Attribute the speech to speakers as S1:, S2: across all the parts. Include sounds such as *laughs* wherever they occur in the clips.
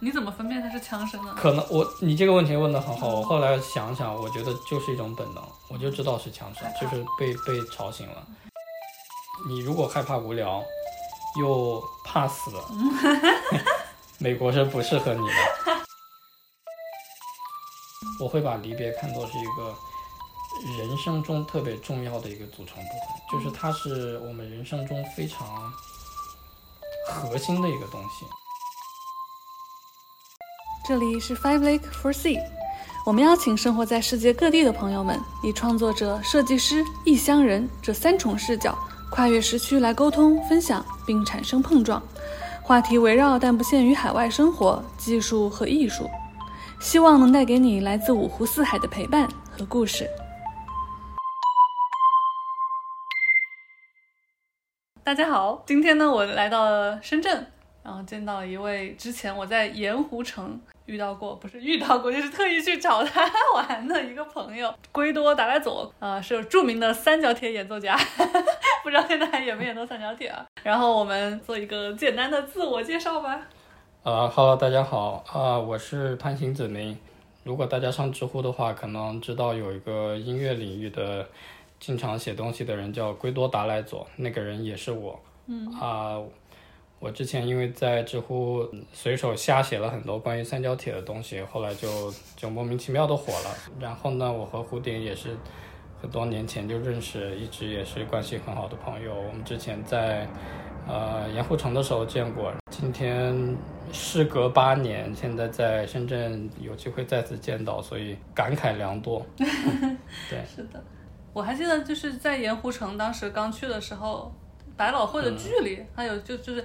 S1: 你怎么分辨它是枪声啊？
S2: 可能我你这个问题问得很好，我后来想想，我觉得就是一种本能，我就知道是枪声，就是被被吵醒了。你如果害怕无聊，又怕死，美国是不适合你的。我会把离别看作是一个人生中特别重要的一个组成部分，就是它是我们人生中非常核心的一个东西。
S3: 这里是 Five Lake for Sea，我们邀请生活在世界各地的朋友们，以创作者、设计师、异乡人这三重视角，跨越时区来沟通、分享，并产生碰撞。话题围绕但不限于海外生活、技术和艺术，希望能带给你来自五湖四海的陪伴和故事。
S1: 大家好，今天呢，我来到了深圳，然后见到了一位之前我在盐湖城遇到过，不是遇到过，就是特意去找他玩的一个朋友， *laughs* 圭多达莱佐，啊，是著名的三角铁演奏家， *laughs* 不知道现在还演没演奏三角铁啊？然后我们做一个简单的自我介绍吧。
S2: 呃哈喽，大家好啊、我是潘行子明。如果大家上知乎的话，可能知道有一个音乐领域的经常写东西的人叫圭多达莱佐，那个人也是我。嗯啊、我之前因为在知乎随手瞎写了很多关于三角铁的东西，后来就就莫名其妙的火了。然后呢，我和蝴蝶也是很多年前就认识，一直也是关系很好的朋友。我们之前在呃盐湖城的时候见过，今天事隔八年，现在在深圳有机会再次见到，所以感慨
S1: *laughs*
S2: 良多。
S1: 是的，我还记得就是在盐湖城当时刚去的时候，百老
S2: 嗯
S1: 汇的距离，还有就就是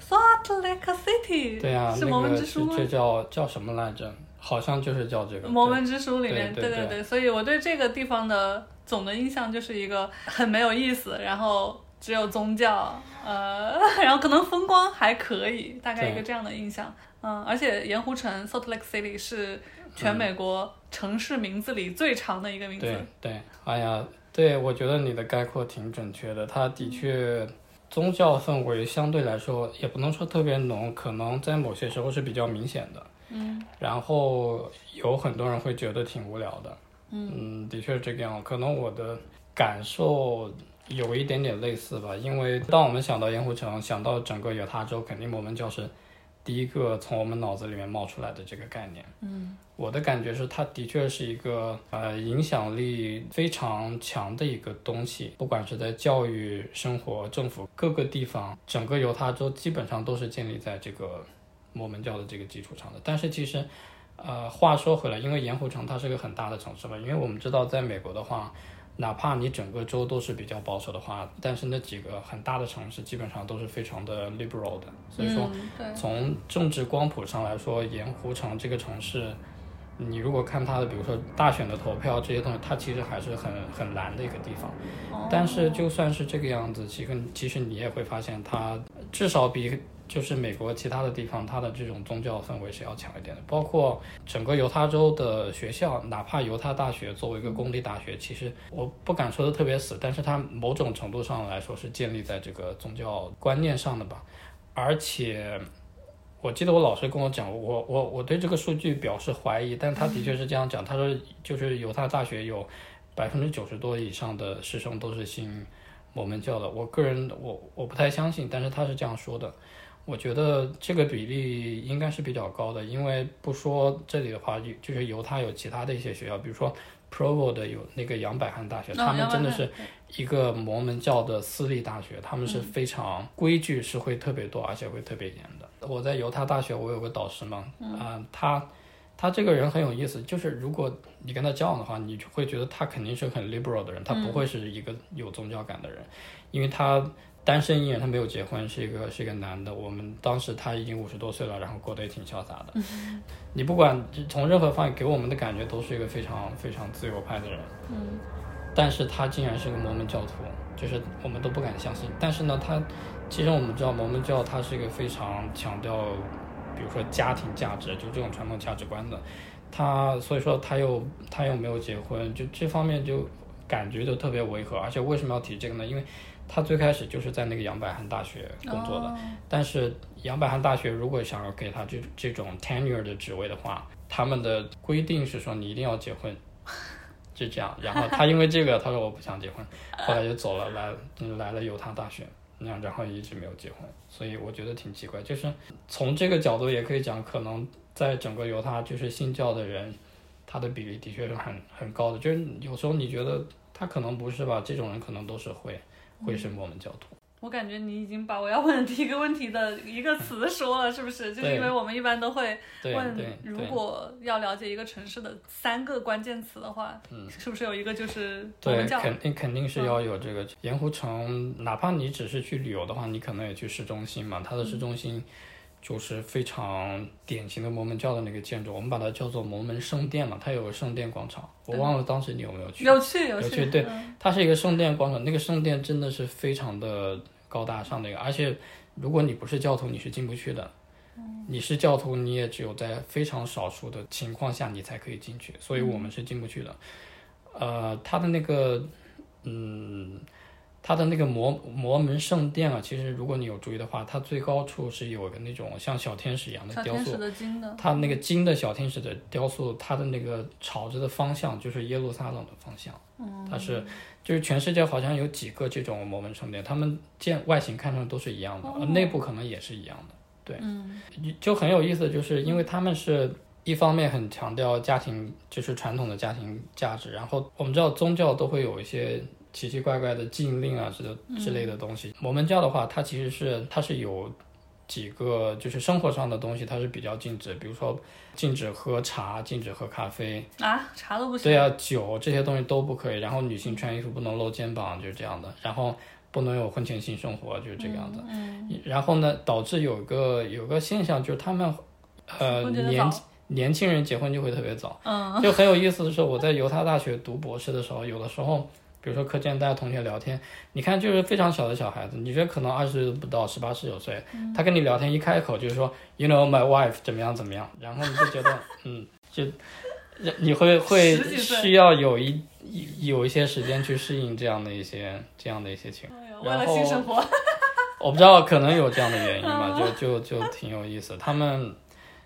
S1: Salt Lake City，
S2: 对啊，
S1: 是
S2: 那
S1: 《摩门
S2: 个
S1: 之书》吗
S2: 这？叫叫什么来着？好像就是叫这个
S1: 《摩
S2: 对
S1: 门之书》里面，
S2: 对
S1: 对
S2: 对对
S1: 所以我对这个地方的总的印象就是一个很没有意思，然后只有宗教，呃， *laughs* 然后可能风光还可以，大概一个
S2: 对
S1: 这样的印象。嗯，而且盐湖城 Salt Lake City 是全美国城市名字里最长的一个名字。
S2: 嗯对对，哎呀，对我觉得你的概括挺准确的，它的确宗教氛围相对来说也不能说特别浓，可能在某些时候是比较明显的。嗯，然后有很多人会觉得挺无聊的。嗯的确是这个样。可能我的感受有一点点类似吧，因为当我们想到盐湖城，想到整个犹他州，肯定摩门教是第一个从我们脑子里面冒出来的这个概念。我的感觉是，它的确是一个呃影响力非常强的一个东西，不管是在教育、生活、政府各个地方，整个犹他州基本上都是建立在这个摩门教的这个基础上的。但是其实，呃，话说回来，因为盐湖城它是个很大的城市嘛，因为我们知道，在美国的话，哪怕你整个州都是比较保守的话，但是那几个很大的城市基本上都是非常的 liberal 的，所以说。
S1: 嗯、对。
S2: 从政治光谱上来说，盐湖城这个城市，你如果看它的，比如说大选的投票这些东西，它其实还是很很蓝的一个地方。但是就算是这个样子，其实其实你也会发现它至少比。就是美国其他的地方，它的这种宗教氛围是要强一点的。包括整个犹他州的学校，哪怕犹他大学作为一个公立大学，其实我不敢说的特别死，但是它某种程度上来说是建立在这个宗教观念上的吧。而且我记得我老师跟我讲，我我我对这个数据表示怀疑，但他的确是这样讲，他说就是犹他大学有百分之九十多以上的师生都是信摩门教的。我个人我我不太相信，但是他是这样说的。我觉得这个比例应该是比较高的，因为不说这里的话，就就是犹他有其他的一些学校，比如说 Provo 的有那个杨百翰大学，
S1: 哦
S2: 他们
S1: 杨百
S2: 真的
S1: 翰
S2: 是一个摩门教的私立大学，他们是非常规矩是会特别多，而且会特别严的。我在犹他大学，我有个导师嘛，啊、他他这个人很有意思，就是如果你跟他交往的话，你就会觉得他肯定是很 liberal 的人，他不会是一个有宗教感的人，因为他单身一人，他没有结婚，是一个是一个男的。我们当时他已经五十多岁了，然后过得也挺潇洒的。你不管从任何方面给我们的感觉都是一个非常非常自由派的人。但是他竟然是个摩门教徒，就是我们都不敢相信。但是呢，他其实我们知道摩门教它是一个非常强调，比如说家庭价值，就这种传统价值观的。他所以说他又他又没有结婚，就这方面就感觉就特别违和。而且为什么要提这个呢？因为他最开始就是在那个杨百翰大学工作的，
S1: 哦
S2: 但是杨百翰大学如果想要给他这这种 tenure 的职位的话，他们的规定是说你一定要结婚，就这样。然后他因为这个，他说我不想结婚，后来就走了，来嗯来了犹他大学，那样然后一直没有结婚。所以我觉得挺奇怪，就是从这个角度也可以讲，可能在整个犹他就是信教的人，他的比例的确是很很高的。就是有时候你觉得他可能不是吧，这种人可能都是会会是摩门教徒。
S1: 我感觉你已经把我要问的第一个问题的一个词说了，是不是？就是因为我们一般都会
S2: 对对
S1: 问，如
S2: 对。
S1: 果要了解一个城市的三个关键词的话，
S2: 嗯
S1: 是不是有一个就是我
S2: 对，
S1: 们叫
S2: 肯定肯定是要有这个盐湖城，哪怕你只是去旅游的话，你可能也去市中心嘛。它的市中心就是非常典型的摩门教的那个建筑，我们把它叫做摩门圣殿嘛。它有个圣殿广场，我忘了当时你有没有去。
S1: 有趣
S2: 有
S1: 趣
S2: 趣对它是一个圣殿广场，那个圣殿真的是非常的高大上的一个，而且如果你不是教徒，你是进不去的。你是教徒，你也只有在非常少数的情况下，你才可以进去，所以我们是进不去的。呃，它的那个，嗯，它的那个摩摩门圣殿啊，其实如果你有注意的话，它最高处是有个那种像小天使一样的
S1: 小
S2: 雕
S1: 天
S2: 塑
S1: 使，的金的，
S2: 它那个金的小天使的雕塑，它的那个朝着的方向就是耶路撒冷的方向。它是就是全世界好像有几个这种摩门圣殿，他们建外形看上都是一样的，
S1: 哦
S2: 而内部可能也是一样的。对，
S1: 嗯
S2: 就很有意思，就是因为他们是一方面很强调家庭，就是传统的家庭价值，然后我们知道宗教都会有一些奇奇怪怪的禁令啊之之类的东
S1: 嗯
S2: 西。摩门教的话，它其实是它是有几个就是生活上的东西，它是比较禁止，比如说禁止喝茶，禁止喝咖啡，
S1: 啊，茶都不行，
S2: 对啊，酒这些东西都不可以。然后女性穿衣服不能露肩膀，就是这样的。然后不能有婚前性生活，就是这个样子。
S1: 嗯
S2: 然后呢，导致有个有个现象就是他们，呃，
S1: 婚结得
S2: 年
S1: 早
S2: 年轻人结婚就会特别早。
S1: 嗯，
S2: 就很有意思的是，我在犹他大学读博士的时候，有的时候。比如说课间带同学聊天，你看就是非常小的小孩子，你觉得可能二十不到十八十九岁，
S1: 嗯
S2: 他跟你聊天一开口就是说，you know my wife 怎么样怎么样，然后你就觉得嗯，就你会会
S1: 十几岁
S2: 需要有一有一些时间去适应这样的一些这样的一些情况。
S1: 哎呦
S2: 然
S1: 为了性
S2: 后
S1: 生活，
S2: 我不知道，可能有这样的原因吧，
S1: 嗯
S2: 就就就挺有意思。他们，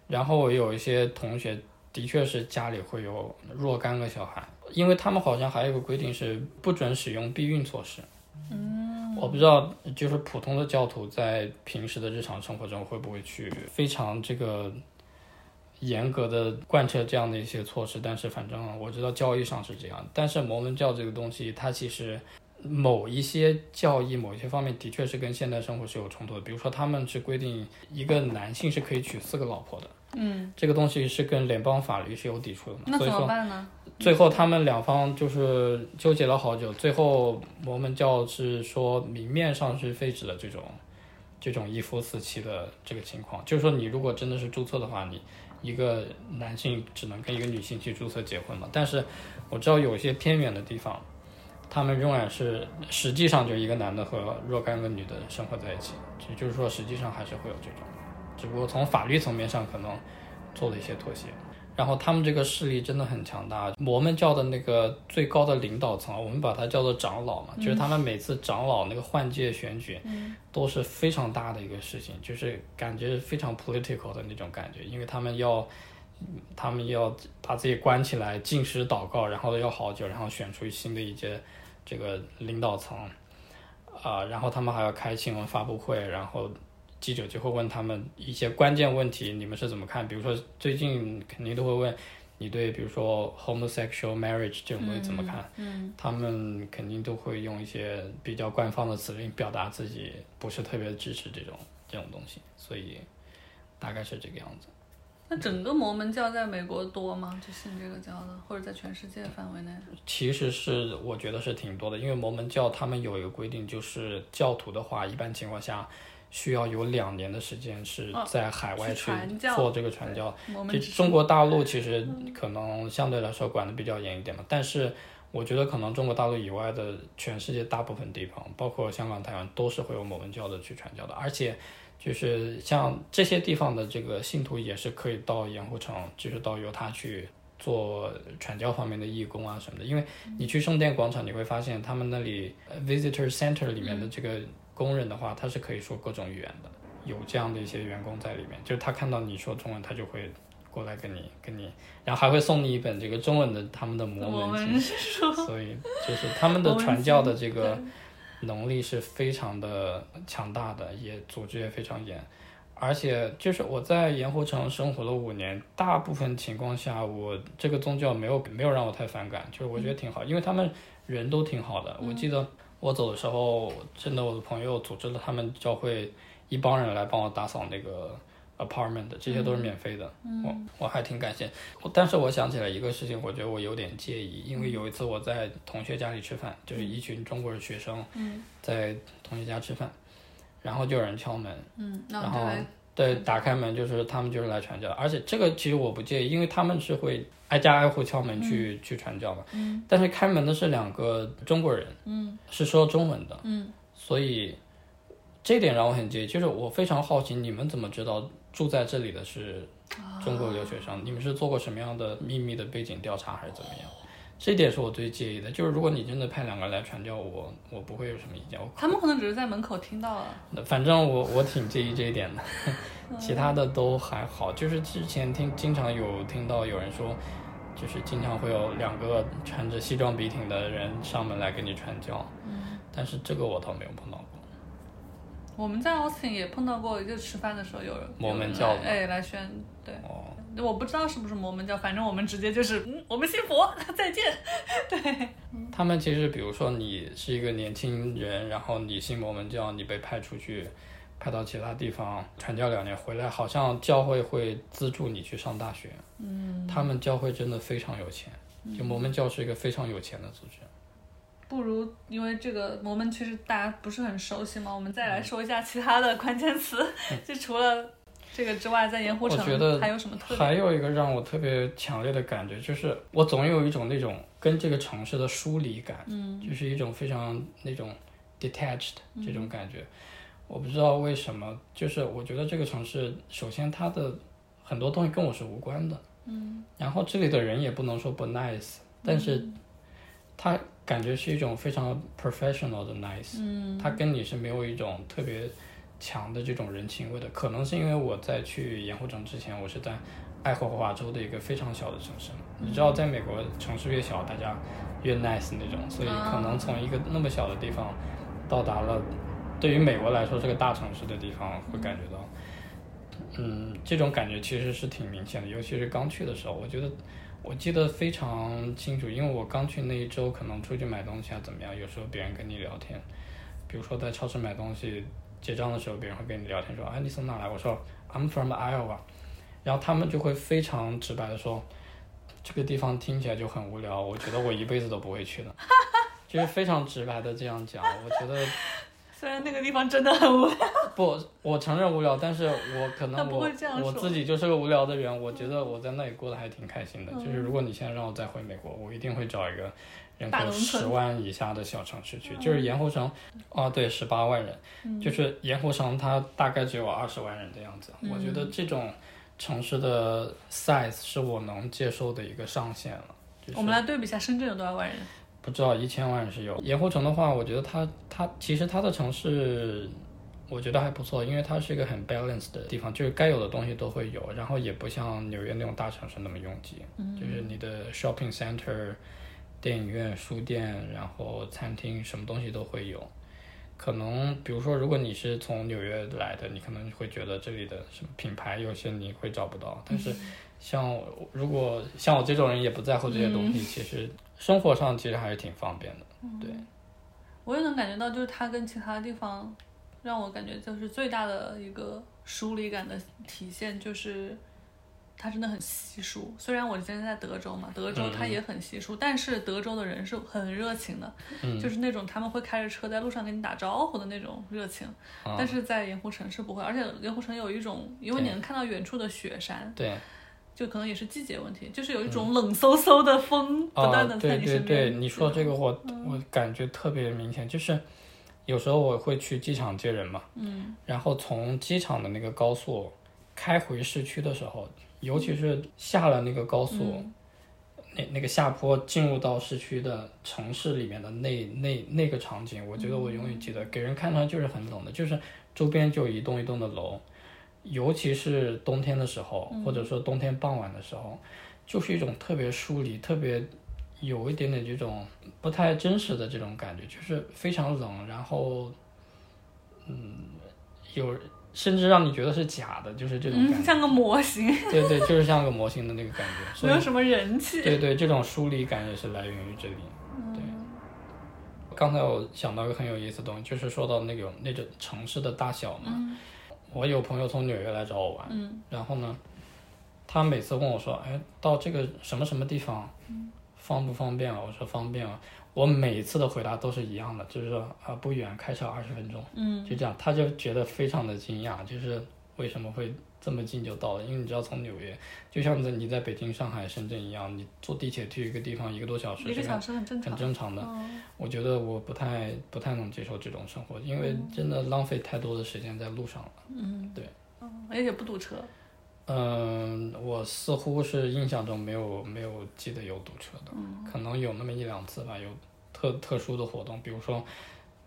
S2: 然后我有一些同学的确是家里会有若干个小孩，因为他们好像还有个规定是不准使用避孕措施。嗯，我不知道，就是普通的教徒在平时的日常生活中会不会去非常这个严格的贯彻这样的一些措施，但是反正我知道教义上是这样，但是摩门教这个东西，它其实某一些教义、某一些方面的确是跟现代生活是有冲突的。比如说，他们是规定一个男性是可以娶四个老婆的，
S1: 嗯，
S2: 这个东西是跟联邦法律是有抵触的嘛。
S1: 那
S2: 所
S1: 怎
S2: 以
S1: 么
S2: 说，
S1: 办呢？
S2: 最后他们两方就是纠结了好久。最后，摩门教是说明面上是废止了这种这种一夫四妻的这个情况，就是说你如果真的是注册的话，你一个男性只能跟一个女性去注册结婚嘛。但是我知道有一些偏远的地方，他们仍然是实际上就一个男的和若干个女的生活在一起，也就是说实际上还是会有这种，只不过从法律层面上可能做了一些妥协。然后他们这个势力真的很强大，摩门教的那个最高的领导层，我们把它叫做长老嘛，就是他们每次长老那个换届选举，都是非常大的一个事情，就是感觉非常 political 的那种感觉，因为他们要，他们要把自己关起来，禁食祷告，然后要好久，然后选出新的一届这个领导层，啊、然后他们还要开新闻发布会，然后记者就会问他们一些关键问题，你们是怎么看？比如说最近肯定都会问你对，比如说 homosexual marriage 这种东西怎么看？他们肯定都会用一些比较官方的词令表达自己不是特别支持这种这种东西，所以大概是这个样子。
S1: 那整个摩门教在美国多吗？就信这个教的，或者在全世界范围内？
S2: 其实是我觉得是挺多的，因为摩门教他们有一个规定，就是教徒的话，一般情况下需要有两年的时间是
S1: 哦
S2: 在海外
S1: 去
S2: 去
S1: 传教
S2: 做这个传教。
S1: 摩
S2: 就
S1: 门
S2: 中国大陆其实可能相对来说管的比较严一点嘛，但是我觉得可能中国大陆以外的全世界大部分地方，包括香港、台湾，都是会有摩门教的去传教的，而且就是像这些地方的这个信徒也是可以到盐湖城，就是到犹他去做传教方面的义工啊什么的。因为你去圣殿广场，你会发现他们那里呃 visitor center 里面的这个工人的话，他是可以说各种语言的，有这样的一些员工在里面，就是他看到你说中文，他就会过来跟你跟你，然后还会送你一本这个中文的他们的
S1: 我
S2: 魔文
S1: 们
S2: 经，
S1: 说
S2: 所以就是他们的
S1: 魔文
S2: 传
S1: 经
S2: 教的这个
S1: 对。
S2: 能力是非常的强大的，也组织也非常严，而且就是我在盐湖城生活了五年，大部分情况下我这个宗教没有没有让我太反感，就是我觉
S1: 嗯
S2: 得挺好，因为他们人都挺好的。我记得我走的时候，真的我的朋友组织了他们教会一帮人来帮我打扫那个 apartment，这些都
S1: 嗯
S2: 是免费的，我我还挺感谢。我但是我想起来一个事情，我觉得我有点介意，因为有一次我在同学家里吃饭，就是一群中国学生在同学家吃饭，然后就有人敲门。
S1: 嗯，那我
S2: 然
S1: 们就
S2: 后
S1: 来
S2: 对，打开门就是他们就是来传教，而且这个其实我不介意，因为他们是会挨家挨户敲门去、去传教嘛。嗯。但是开门的是两个中国人，嗯，是说中文的，嗯，所以这点让我很介意，就是我非常好奇你们怎么知道住在这里的是中国留学生？你们是做过什么样的秘密的背景调查还是怎么样？这点是我最介意的，就是如果你真的派两个人来传教，我我不会有什么意见，我
S1: 他们可能只是在门口听到了，
S2: 那反正我我挺介意这一点的， *laughs* 其他的都还好。就是之前听经常有听到有人说，就是经常会有两个穿着西装笔挺的人上门来给你传教，但是这个我倒没有碰到过。
S1: 我们在 Austin 也碰到过，就吃饭的时候有人
S2: 摩门
S1: 有人
S2: 教
S1: 来
S2: 吗
S1: 哎来宣，对，
S2: 哦，
S1: 我不知道是不是摩门教，反正我们直接就是，嗯，我们信佛， *laughs* 再见。
S2: 他们其实比如说你是一个年轻人，然后你信摩门教，你被派出去。派到其他地方传教两年回来，好像教会会资助你去上大学。嗯，他们教会真的非常有钱，就摩门教是一个非常有钱的组织。
S1: 不如，因为这个摩门区是大家不是很熟悉嘛，我们再来说一下其他的关键词。 *laughs* 就除了这个之外，在盐湖城
S2: 嗯我觉得
S1: 还有什么特
S2: 还
S1: 别？
S2: 有一个让我特别强烈的感觉，就是我总有一种那种跟这个城市的疏离感，嗯，就是一种非常那种 detached
S1: 嗯
S2: 这种感觉。我不知道为什么，就是我觉得这个城市，首先它的很多东西跟我是无关的，嗯，然后这里的人也不能说不 nice，但是他感觉是一种非常 professional 的 nice，嗯，他跟你是没有一种特别强的这种人情味的，可能是因为我在去盐湖城之前，我是在爱荷华州的一个非常小的城市嘛，你知道，在美国城市越小，大家越 nice 那种，所以可能从一个那么小的地方到达了，对于美国来说是个大城市的地方，会感觉到，嗯，这种感觉其实是挺明显的，尤其是刚去的时候，我觉得。我记得非常清楚，因为我刚去那一周，可能出去买东西啊怎么样，有时候别人跟你聊天，比如说在超市买东西结账的时候，别人会跟你聊天说：“啊，你从哪来？”我说：“I'm from Iowa。”然后他们就会非常直白的说：“这个地方听起来就很无聊，我觉得我一辈子都不会去的。” *laughs* 就是非常直白的这样讲，我觉得
S1: 虽然那个地方真的很无聊，
S2: *laughs* 不，我承认无聊，但是我可
S1: 他
S2: 能
S1: 不
S2: 我
S1: 会这样
S2: 我
S1: 说
S2: 自己就是个无聊的人，我觉得我在那里过得还挺开心的。就是如果你现在让我再回美国，我一定会找一个人
S1: 嗯大
S2: 口
S1: 农村嗯
S2: 十万以下的小城市去。就是盐湖城，哦对，十八万人，就是盐湖城它大概只有二十万人的样
S1: 嗯
S2: 子。我觉得这种城市的 size 是我能接受的一个上限了。就是、
S1: 我们来对比一下深圳有多少万人。
S2: 不知道一千万是有。盐湖城的话，我觉得它它其实它的城市，我觉得还不错，因为它是一个很 balanced 的地方，就是该有的东西都会有，然后也不像纽约那种大城市那么拥挤，就是你的 shopping center、电影院、书店，然后餐厅，什么东西都会有。可能比如说，如果你是从纽约来的，你可能会觉得这里的什么品牌有些你会找不到。但是像我如果像我这种人也不在乎这些东西，其实生活上其实还是挺方便的。对，
S1: 我也能感觉到，就是它跟其他地方让我感觉就是最大的一个疏离感的体现，就是它真的很稀疏。虽然我之前在德州嘛，德州
S2: 嗯
S1: 它也很稀疏，但是德州的人是很热情的，
S2: 嗯
S1: 就是那种他们会开着车在路上跟你打招呼的那种热情。
S2: 啊
S1: 但是在盐湖城是不会，而且盐湖城有一种，因为你能看到远处的雪山，
S2: 对，
S1: 就可能也是季节问题，就是有一种冷飕飕的风不
S2: 嗯啊
S1: 断，的在
S2: 对
S1: 你
S2: 对
S1: 身边。嗯
S2: 对，你说这个我、我感觉特别明显，就是有时候我会去机场接人嘛，嗯，然后从机场的那个
S1: 嗯
S2: 高速开回市区的时候，尤其是下了那个高速，那那个下坡进入到市区的城市里面的那那那个场景，我觉得我永
S1: 嗯
S2: 远记得，给人看上去就是很冷的，就是周边就一栋一栋的楼，尤其是冬天的时候，或者说冬天傍晚的时候，就是一种特别疏离、特别有一点点这种不太真实的这种感觉，就是非常冷，然后嗯，有甚至让你觉得是假的，就是这种
S1: *laughs* 嗯，
S2: 感觉，
S1: 像个模型，
S2: 对对，就是像个模型的那个感觉，所
S1: 没
S2: 以
S1: 有什么人气。
S2: 对对，这种疏离感也是来源于这里。对，刚才我想到一个很有意思的东西，就是说到那种那种城市的大小嘛。我有朋友从纽约来找我玩，然后呢，他每次问我说：“哎，到这个什么什么地方，方不方便啊？”我说方便啊。我每次的回答都是一样的，就是说啊不远，开车二十分钟，嗯，就这样，他就觉得非常的惊讶，就是为什么会这么近就到了？因为你知道从纽约，就像在你在北京、上海、深圳一样，你坐地铁去一个地方一个多小时，
S1: 一个
S2: 这
S1: 小时嗯很正
S2: 很
S1: 常。嗯
S2: 正常的。我觉得我不太不太能接受这种生活，因为真的浪费太多的时间在路上了。
S1: 嗯，而且不堵车。
S2: 嗯，我似乎是印象中没有没有记得有堵车的，可能有那么一两次吧，有特特殊的活动，比如说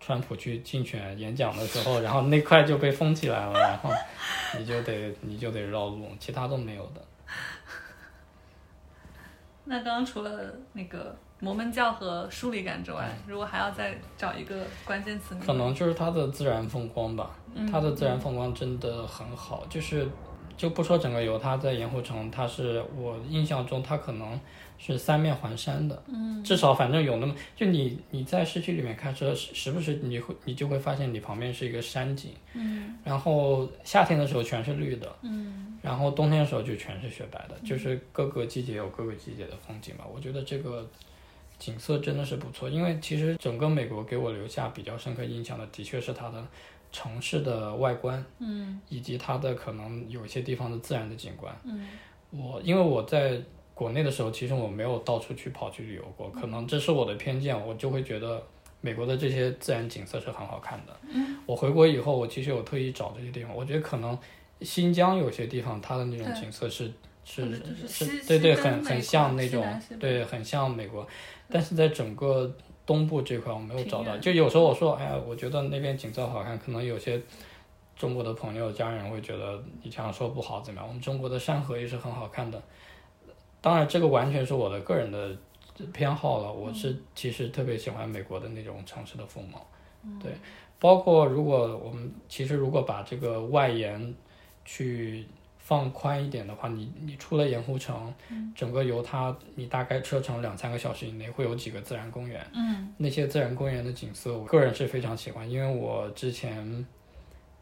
S2: 川普去竞选演讲的时候，然后那块就被封起来了，然后你就得你就得绕路，其他都没有的。
S1: 那刚刚除了那个摩门教和疏离感之外，
S2: 嗯
S1: 如果还要再找一个嗯关键词，你
S2: 可能就是它的自然风光吧，它的自然风光真的很好，就是就不说整个犹他在盐湖城，它是我印象中它可能是三面环山的，嗯，至少反正有那么就你你在市区里面开车，时时不时你会你就会发现你旁边是一个山景，嗯，然后夏天的时候全是绿的，嗯，然后冬天的时候就全是雪白的，就是各个季节有各个季节的风景吧，我觉得这个景色真的是不错，因为其实整个美国给我留下比较深刻印象的，的确是它的城市的外观，嗯，以及它的可能有一些地方的自然的景观，嗯，我因为我在国内的时候，其实我没有到处去跑去旅游过，可能这是我的偏见，我就会觉得美国的这些自然景色是很好看的，嗯，我回国以后，我其实有特意找这些地方，我觉得可能新疆有些地方它的那种景色是
S1: 或
S2: 是
S1: 者就是西
S2: 是，
S1: 西
S2: 对对，
S1: 跟
S2: 很
S1: 美
S2: 很
S1: 国
S2: 像
S1: 西
S2: 那种
S1: 南西北
S2: 对，很像美国，但是在整个东部这块我没有找
S1: 平
S2: 到。
S1: 原
S2: 就有时候我说，哎呀，我觉得那边景色好看，可能有些中国的朋友家人会觉得你这样说不好，怎么样？我们中国的山河也是很好看的。当然，这个完全是我的个人的偏好了。我是其实特别喜欢美国的那种城市的风貌，对，包括如果我们其实如果把这个外延去放宽一点的话，你你出了盐湖城，整个犹他，你大概车程两三个小时以内会有几个自然公园。嗯，那些自然公园的景色，我个人是非常喜欢，因为我之前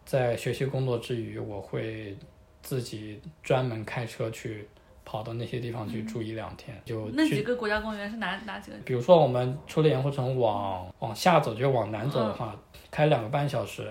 S2: 在学习工作之余，我会自己专门开车去跑到那些地方去住一两天，就
S1: 那
S2: 去
S1: 几个国家公园是哪哪几啊个？
S2: 比如说我们出了盐湖城往往下走，就往南走的
S1: 嗯
S2: 话，开两个半小时，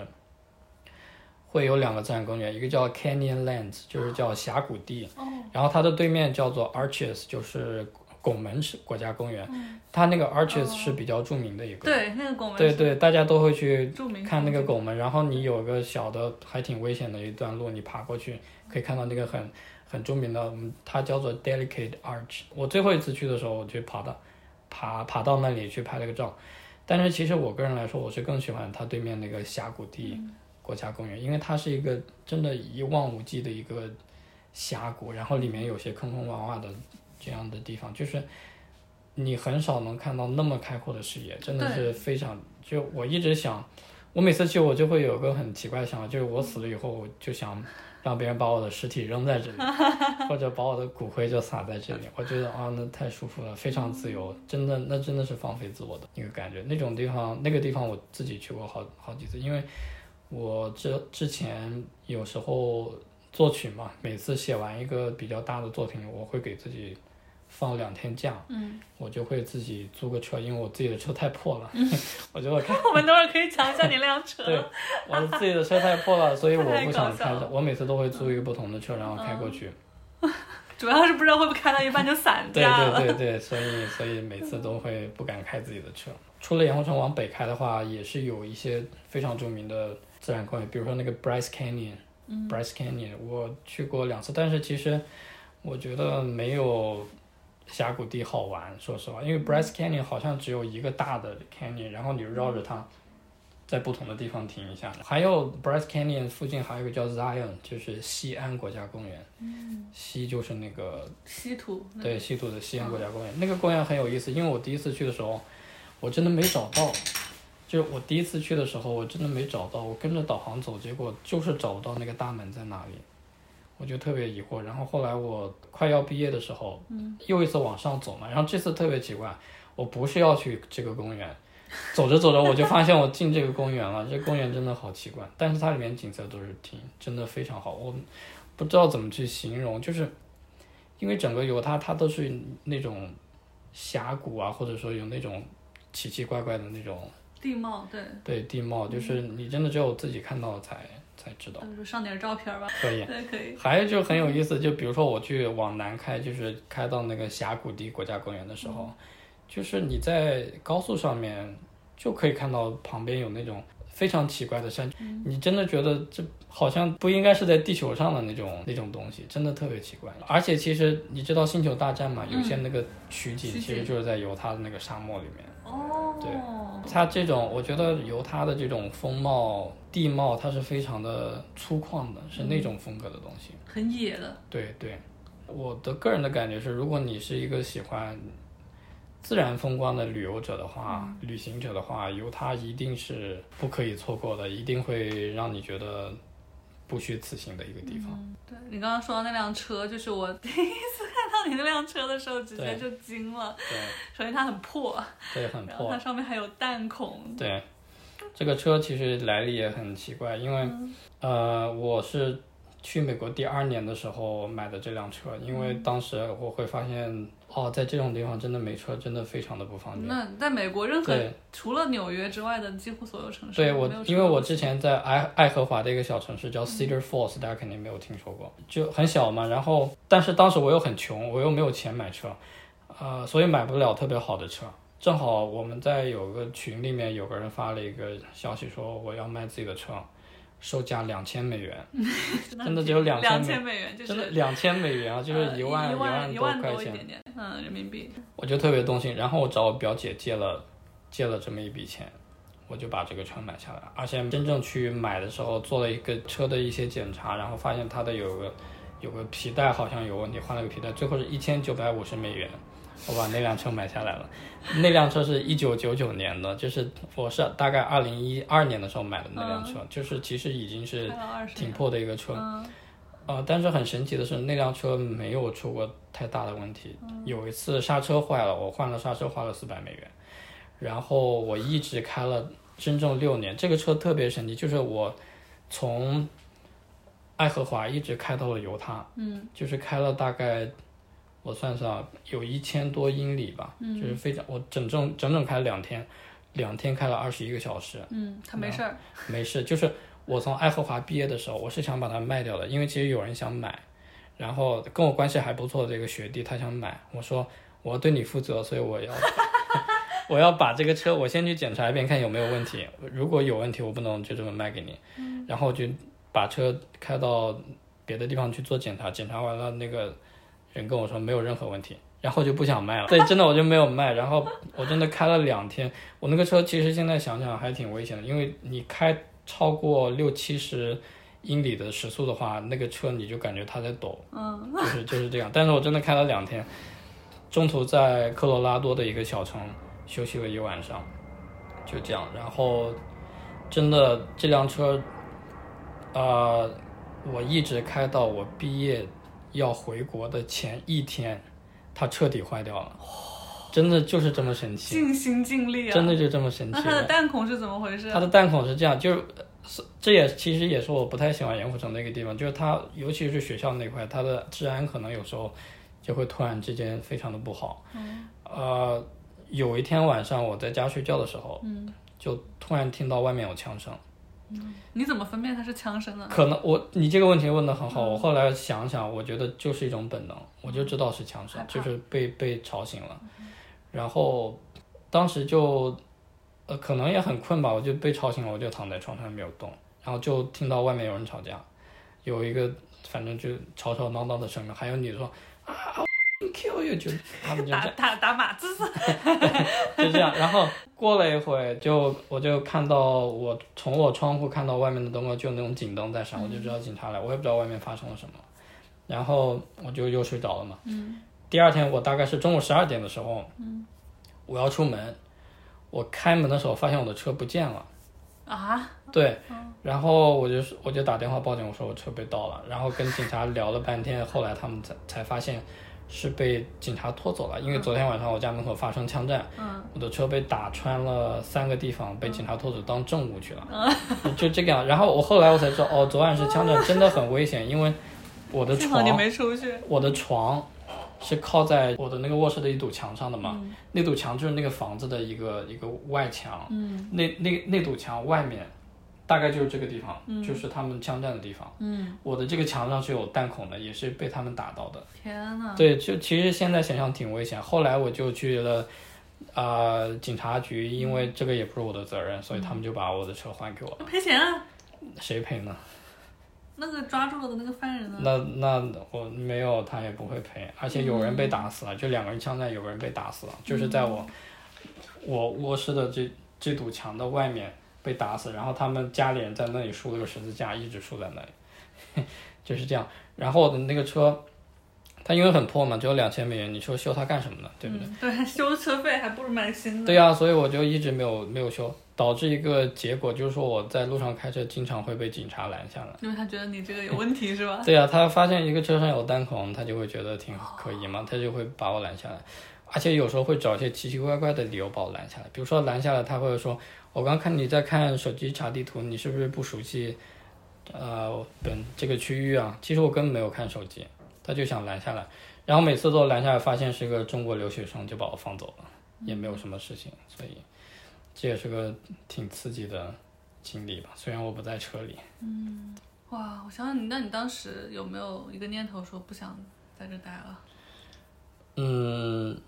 S2: 会有两个自然公园，一个叫 Canyon Lands，就是叫峡谷地，
S1: 哦
S2: 然后它的对面叫做 Arches，就是拱门是国家公园，它那个 Arches 是比较著名的一个，
S1: 对，那个嗯哦拱门
S2: 对
S1: 是
S2: 对，大家都会去
S1: 著名
S2: 看那
S1: 风
S2: 个
S1: 景
S2: 拱门，然后你有个小的还挺危险的一段路，你爬过去可以看到那个很很著名的，嗯它叫做 Delicate Arch。我最后一次去的时候，我去爬到爬爬到那里去拍了个照，但是其实我个人来说，我是更喜欢它对面那个峡谷地国家公园，因为它是一个真的一望无际的一个峡谷，然后里面有些坑坑洼洼的这样的地方，就是你很少能看到那么开阔的视野，真的是非常。就我一直想，我每次去我就会有个很奇怪的想法，就是我死了以后，我就想让别人把我的尸体扔在这里，或者把我的骨灰就撒在这里。我觉得啊，那太舒服了，非常自由，真的，那真的是放飞自我的那个感觉。那种地方，那个地方我自己去过好好几次，因为我之之前有时候作曲嘛，每次写完一个比较大的作品，我会给自己放两天假，嗯，我就会自己租个车，因为我自己的车太破
S1: *laughs*
S2: 了，我觉得我开，
S1: 我们等会儿可以讲一下你那辆车。
S2: 对，我的自己的车太破了，所以我不想
S1: *laughs* 太
S2: 开
S1: 搞笑嗯
S2: 车，我每次都会租一个不同的车，然后开过去，
S1: 主要是不知道会不会开到一半就散
S2: 对
S1: 架了。
S2: 对对对，所以所以每次都会不敢开自己的车。除了盐湖城往北开的话，也是有一些非常著名的自然公园，比如说那个 Bryce Canyon、Bryce Canyon，我去过两次，但是其实我觉得没有峡谷地好玩，说实话，因为
S1: 嗯
S2: Bryce Canyon 好像只有一个大的 canyon，然后你绕着它，在不同的地方停一下。还有 Bryce Canyon 附近还有一个叫 Zion，就是西安国家公园，
S1: 嗯
S2: 西就是那个
S1: 稀土，
S2: 对，西土的西安国家公园，那个公园很有意思，因为我第一次去的时候，我真的没找到。就我第一次去的时候，我真的没找到，我跟着导航走，结果就是找不到那个大门在哪里，我就特别疑惑。然后后来我快要毕业的时候，又一次往上走嘛，然后这次特别奇怪，我不是要去这个公园，走着走着我就发现我进这个公园了，这公园真的好奇怪，但是它里面景色都是挺真的非常好，我不知道怎么去形容，就是因为整个犹他它都是那种峡谷啊，或者说有那种奇奇怪怪的那种。
S1: 地貌，对，
S2: 对地貌，就是你真的只有自己看到了才才知道。
S1: 就是上点照片吧，
S2: 可以，
S1: 对，可以。
S2: 还有就很有意思，就比如说我去往南开，就是开到那个峡谷地国家公园的时
S1: 嗯
S2: 候，就是你在高速上面就可以看到旁边有那种非常奇怪的山，
S1: 嗯
S2: 你真的觉得这好像不应该是在地球上的那种那种东西，真的特别奇怪。而且其实你知道《星球大战》嘛，有些那个取景
S1: 嗯取景
S2: 其实就是在犹他的那个沙漠里面。
S1: 哦，
S2: 对它这种，我觉得由它的这种风貌、地貌，它是非常的粗犷的，是那种风格的东西。
S1: 很野的，
S2: 对对，我的个人的感觉是，如果你是一个喜欢自然风光的旅游者的话，旅行者的话，犹他一定是不可以错过的，一定会让你觉得不虚此行的一个地方。
S1: 对你刚刚说到那辆车，就是我 *laughs* 第一次看到你那辆车的时候，直接
S2: 对
S1: 就惊了。
S2: 对
S1: 首先它很破，
S2: 对，很
S1: 然
S2: 破
S1: 后。它上面还有弹孔，
S2: 对，这个车其实来历也很奇怪，因为、呃，我是去美国第二年的时候买的这辆车，因为当时我会发现，哦，在这种地方真的没车，真的非常的不方便。
S1: 那在美国任何
S2: 对
S1: 除了纽约之外的几乎所有城市，
S2: 对我
S1: 没有，车
S2: 因为我之前在爱爱荷华的一个小城市
S1: 嗯
S2: 叫 Cedar Falls，、大家肯定没有听说过，就很小嘛。然后，但是当时我又很穷，我又没有钱买车，呃，所以买不了特别好的车。正好我们在有个群里面有个人发了一个消息说我要卖自己的车，售价两千美元，
S1: *laughs*
S2: 真的只有两
S1: 两
S2: 美，
S1: 美元，就
S2: 真的
S1: 是
S2: 两千美元啊，就是
S1: 呃一
S2: 万、一
S1: 万一
S2: 多块
S1: 多一
S2: 钱。
S1: 点点，嗯，人民币。
S2: 我就特别动心，然后我找我表姐借了，借了这么一笔钱，我就把这个车买下来。而且真正去买的时候，做了一个车的一些检查，然后发现它的有个有个皮带好像有问题，换了个皮带，最后是一千九百五十美元，我把那辆车买下来了。那辆车是一九九九年的，就是我是大概二零一二年的时候买的那辆车，就是其实已经是
S1: 开了20
S2: 挺破的一个车。呃，但是很神奇的是，那辆车没有出过太大的问题。有一次刹车坏了，我换了刹车，花了四百美元。然后我一直开了真正六年，这个车特别神奇，就是我从爱荷华一直开到了犹他，嗯，就是开了大概我算算啊有一千多英里吧，嗯、就是非常我整整整整开了两天，两天开了二十一个小时，
S1: 嗯，它没事儿，
S2: 没事，就是我从爱荷华毕业的时候，我是想把它卖掉的，因为其实有人想买，然后跟我关系还不错的一个学弟，他想买，我说我要对你负责，所以我要 *laughs* 我要把这个车我先去检查一遍，看有没有问题，如果有问题，我不能就这么卖给你，然后我就把车开到别的地方去做检查，检查完了那个人跟我说没有任何问题。然后就不想卖了，对，真的我就没有卖。然后我真的开了两天，我那个车其实现在想想还挺危险的，因为你开超过六七十英里的时速的话，那个车你就感觉它在抖，嗯，就是就是这样。但是我真的开了两天，中途在科罗拉多的一个小城休息了一晚上，就这样。然后真的这辆车，呃，我一直开到我毕业要回国的前一天，它彻底坏掉了，真的就是这么神奇。
S1: 尽心尽力啊。
S2: 真的就这么神奇
S1: *laughs* 那，它的弹孔是怎么回事？
S2: 它的弹孔是这样，就是是这也其实也是我不太喜欢盐湖城的一个地方，就是它尤其是学校那块，它的治安可能有时候就会突然之间非常的不好。
S1: 嗯
S2: 呃，有一天晚上我在家睡觉的时候，
S1: 嗯
S2: 就突然听到外面有枪声。
S1: 你怎么分辨它是枪声呢？
S2: 可能我你这个问题问的很好，我后来想想，我觉得就是一种本能，我就知道是枪声
S1: 害，怕嗯
S2: 就是被被吵醒了，然后当时就呃可能也很困吧，我就被吵醒了，我就躺在床上没有动，然后就听到外面有人吵架，有一个反正就吵吵闹闹的声音，还有你说啊咻又就他们就这
S1: 打
S2: 样
S1: 打打马姿势，
S2: *laughs* 就这样。然后过了一会，就我就看到我从我窗户看到外面的灯光，就那种警灯在闪，我就知道警察来，我也不知道外面发生了什么。然后我就又睡着了嘛。嗯。第二天我大概是中午十二点的时候，嗯，我要出门，我开门的时候发现我的车不见了。
S1: 啊，
S2: 对，然后我就是我就打电话报警，我说我车被盗了，然后跟警察聊了半天，后来他们才才发现是被警察拖走了，因为昨天晚上我家门口发生枪战，我的车被打穿了三个地方，被警察拖走当政务去了，就这个样。然后我后来我才知道，哦，昨晚是枪战，真的很危险，因为我的
S1: 幸好
S2: 床
S1: 你没出去。
S2: 我的床是靠在我的那个卧室的一堵墙上的嘛，那堵墙就是那个房子的一个一个外墙，嗯，那那那堵墙外面大概就是这个地方，就是他们枪战的地方，嗯，我的这个墙上是有弹孔的，也是被他们打到的。
S1: 天啊呐，
S2: 对，就其实现在想想挺危险。后来我就去了，呃，警察局，因为这个也不是我的责任，所以他们就把我的车还给我，
S1: 赔钱啊！
S2: 谁赔呢？
S1: 那个抓住了的那个犯人呢？
S2: 那那我没有，他也不会赔，而且有
S1: 嗯
S2: 人被打死了，就两个人枪战，有个人被打死了，就是在我、我卧室的这这堵墙的外面被打死，然后他们家里人在那里竖了个十字架，一直竖在那里， *laughs* 就是这样。然后我的那个车，它因为很破嘛，只有两千美元，你说修它干什么呢？对不对？
S1: 嗯对，修车费还不如买新的。
S2: 对呀、所以我就一直没有没有修，导致一个结果就是说我在路上开车经常会被警察拦下来。
S1: 因为他觉得你这个有问题是吧？
S2: 对呀、他发现一个车上有弹孔，他就会觉得挺可疑嘛，他就会把我拦下来，而且有时候会找一些奇奇怪怪的理由把我拦下来，比如说拦下来他会说，我刚看你在看手机查地图，你是不是不熟悉，呃，本这个区域啊？其实我根本没有看手机，他就想拦下来，然后每次都拦下来，发现是个中国留学生就把我放走了，也没有什么事情，所以这也是个挺刺激的经历吧，虽然我不在车里。
S1: 哇，我想想你，那你当时有没有一个念头说不想在这待啊了？
S2: 嗯，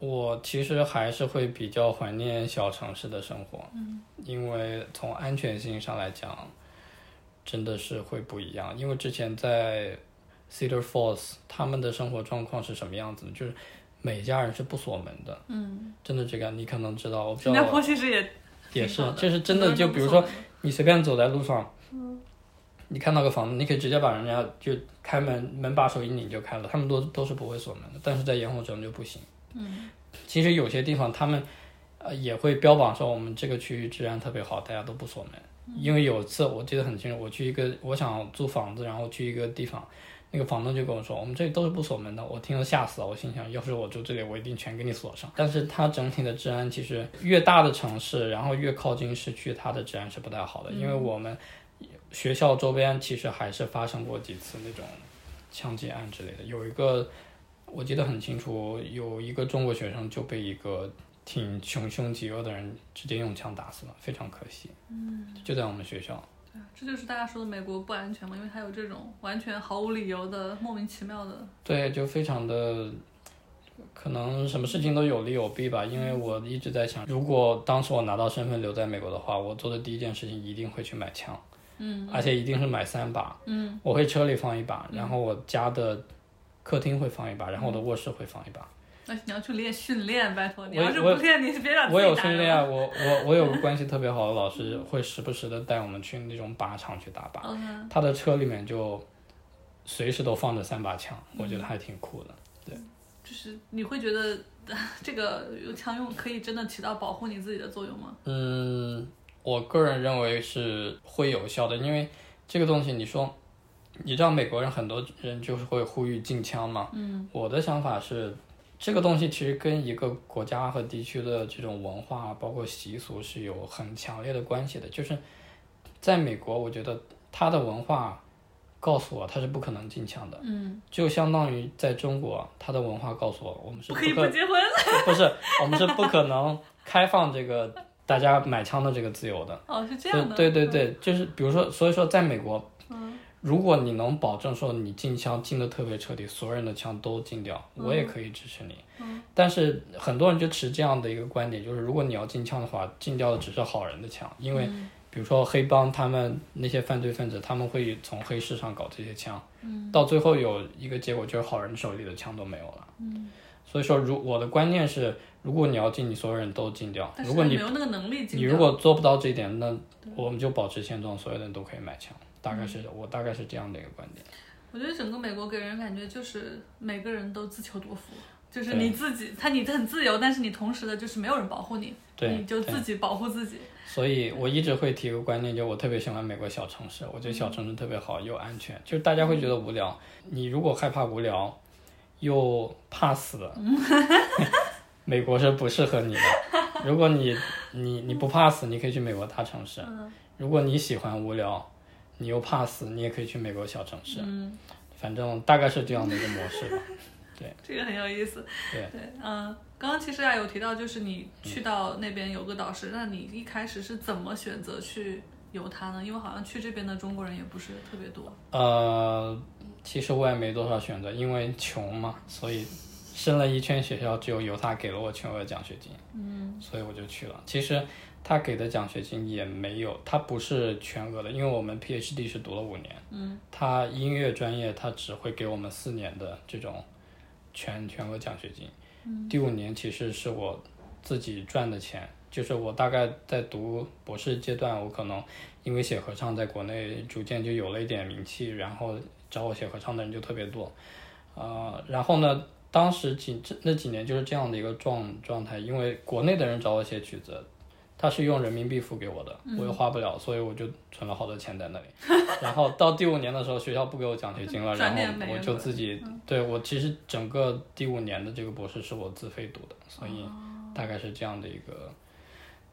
S2: 我其实还是会比较怀念小城市的生活，嗯，因为从安全性上来讲，真的是会不一样。因为之前在 Cedar Falls，他们的生活状况是什么样子呢？就是每家人是不锁门的，嗯，真的这个你可能知道，我不知
S1: 新加
S2: 道
S1: 坡其实也
S2: 也
S1: 挺
S2: 是
S1: 好，
S2: 就是真的，就比如说。你随便走在路上，你看到个房子，你可以直接把人家就开门门把手一拧就开了，他们都都是不会锁门的，但是在盐湖城就不行。嗯，其实有些地方他们呃也会标榜说我们这个区域治安特别好，大家都不锁门。因为有一次我记得很清楚，我去一个我想租房子，然后去一个地方。那个房东就跟我说，我们这里都是不锁门的。我听了吓死了，我心想，要是我住这里，我一定全给你锁上。但是它整体的治安其实越大的城市，然后越靠近市区，它的治安是不太好的，因为我们学校周边其实还是发生过几次那种枪击案之类的。有一个我记得很清楚，有一个中国学生就被一个挺穷凶极恶的人直接用枪打死了，非常可惜。嗯，就在我们学校。
S1: 对，这就是大家说的美国不安全嘛，因为它有这种完全毫无理由的、莫名其妙的。
S2: 对，就非常的，可能什么事情都有利有弊吧。因为我一直在想，如果当时我拿到身份留在美国的话，我做的第一件事情一定会去买枪，嗯，而且一定是买三把，嗯，我会车里放一把，
S1: 嗯
S2: 然后我家的客厅会放一把，然后我的卧室会放一把。
S1: 而且你要去练训练，拜托你
S2: 我
S1: 要是
S2: 我
S1: 不练，你别想自己
S2: 我有
S1: 打
S2: 训
S1: 人
S2: 练，啊
S1: 了。 *laughs*
S2: 我我我有个关系特别好的老师，会时不时的带我们去那种靶场去打靶，
S1: 嗯
S2: 他的车里面就随时都放着三把枪，我觉得还挺酷的。
S1: 就是你会觉得 *laughs* 呃这个用枪用可以真的起到保护你自己的作用吗？
S2: 嗯，我个人认为是会有效的，因为这个东西，你说，你知道美国人很多人就是会呼吁禁枪嘛。嗯，我的想法是，这个东西其实跟一个国家和地区的这种文化，包括习俗是有很强烈的关系的。就是在美国，我觉得它的文化告诉我它是不可能禁枪的。嗯，就相当于在中国，它的文化告诉我我们是
S1: 不
S2: 不
S1: 可以
S2: 可
S1: 不结婚。
S2: *laughs* 不是，我们是不可能开放这个大家买枪的这个自由的。
S1: 哦，是这样的。嗯
S2: 对对对对，就是比如说，所以说在美国，如果你能保证说你禁枪禁的特别彻底，所有人的枪都禁掉，
S1: 嗯
S2: 我也可以支持你。但是
S1: 嗯
S2: 很多人就持这样的一个观点，就是如果你要禁枪的话，禁掉的只是好人的枪，因为比如说黑帮他们那些犯罪分子，他们会从黑市上搞这些枪，嗯，到最后有一个结果就是好人手里的枪都没有了，嗯，所以说如我的观念是，如果你要进，你所有人都禁掉，
S1: 但是
S2: 如果你
S1: 没有那个能力进
S2: 你
S1: 掉，
S2: 如果做不到这一点，那我们就保持现状，所有人都可以买枪，大
S1: 嗯
S2: 概是、我大概是这样的一个观点。
S1: 我觉得整个美国给人感觉就是每个人都自求多福，就是
S2: 对
S1: 你自己，他你很自由，但是你同时的就是没有人保护你，
S2: 对，
S1: 你就
S2: 对
S1: 自己保护自己。
S2: 所以我一直会提一个观念，就我特别喜欢美国小城市，我觉得小城市特别好又安全，就是大家会觉得无聊，你如果害怕无聊，又怕死，
S1: 嗯
S2: *laughs* 美国是不适合你的。如果你你你不怕死，你可以去美国大城市；
S1: 嗯
S2: 如果你喜欢无聊，你又怕死，你也可以去美国小城市。
S1: 嗯
S2: 反正大概是这样的一个模式吧。
S1: 这个很有意思。
S2: 对嗯
S1: 嗯、刚刚其实啊有提到，就是你去到那边有个导师，那你一开始是怎么选择去游它呢？因为好像去这边的中国人也不是特别多。
S2: 呃，其实我也没多少选择，因为穷嘛，所以申了一圈学校，只有犹他给了我全额奖学金，嗯，所以我就去了。其实他给的奖学金也没有，他不是全额的，因为我们 PhD 是读了五年，嗯，他音乐专业他只会给我们四年的这种全全额奖学金，嗯，第五年其实是我自己赚的钱。就是我大概在读博士阶段，我可能因为写合唱在国内逐渐就有了一点名气，然后找我写合唱的人就特别多，呃，然后呢，当时几这那几年就是这样的一个状状态，因为国内的人找我写曲子，他是用人民币付给我的，我又花不了，所以我就存了好多钱在那里， *laughs* 然后到第五年的时候，学校不给我奖学金了，然
S1: 转
S2: 后
S1: 点美
S2: 我
S1: 元
S2: 就
S1: 过来
S2: 自己对我其实整个第五年的这个博士是我自费读的，所以大概是这样的一个。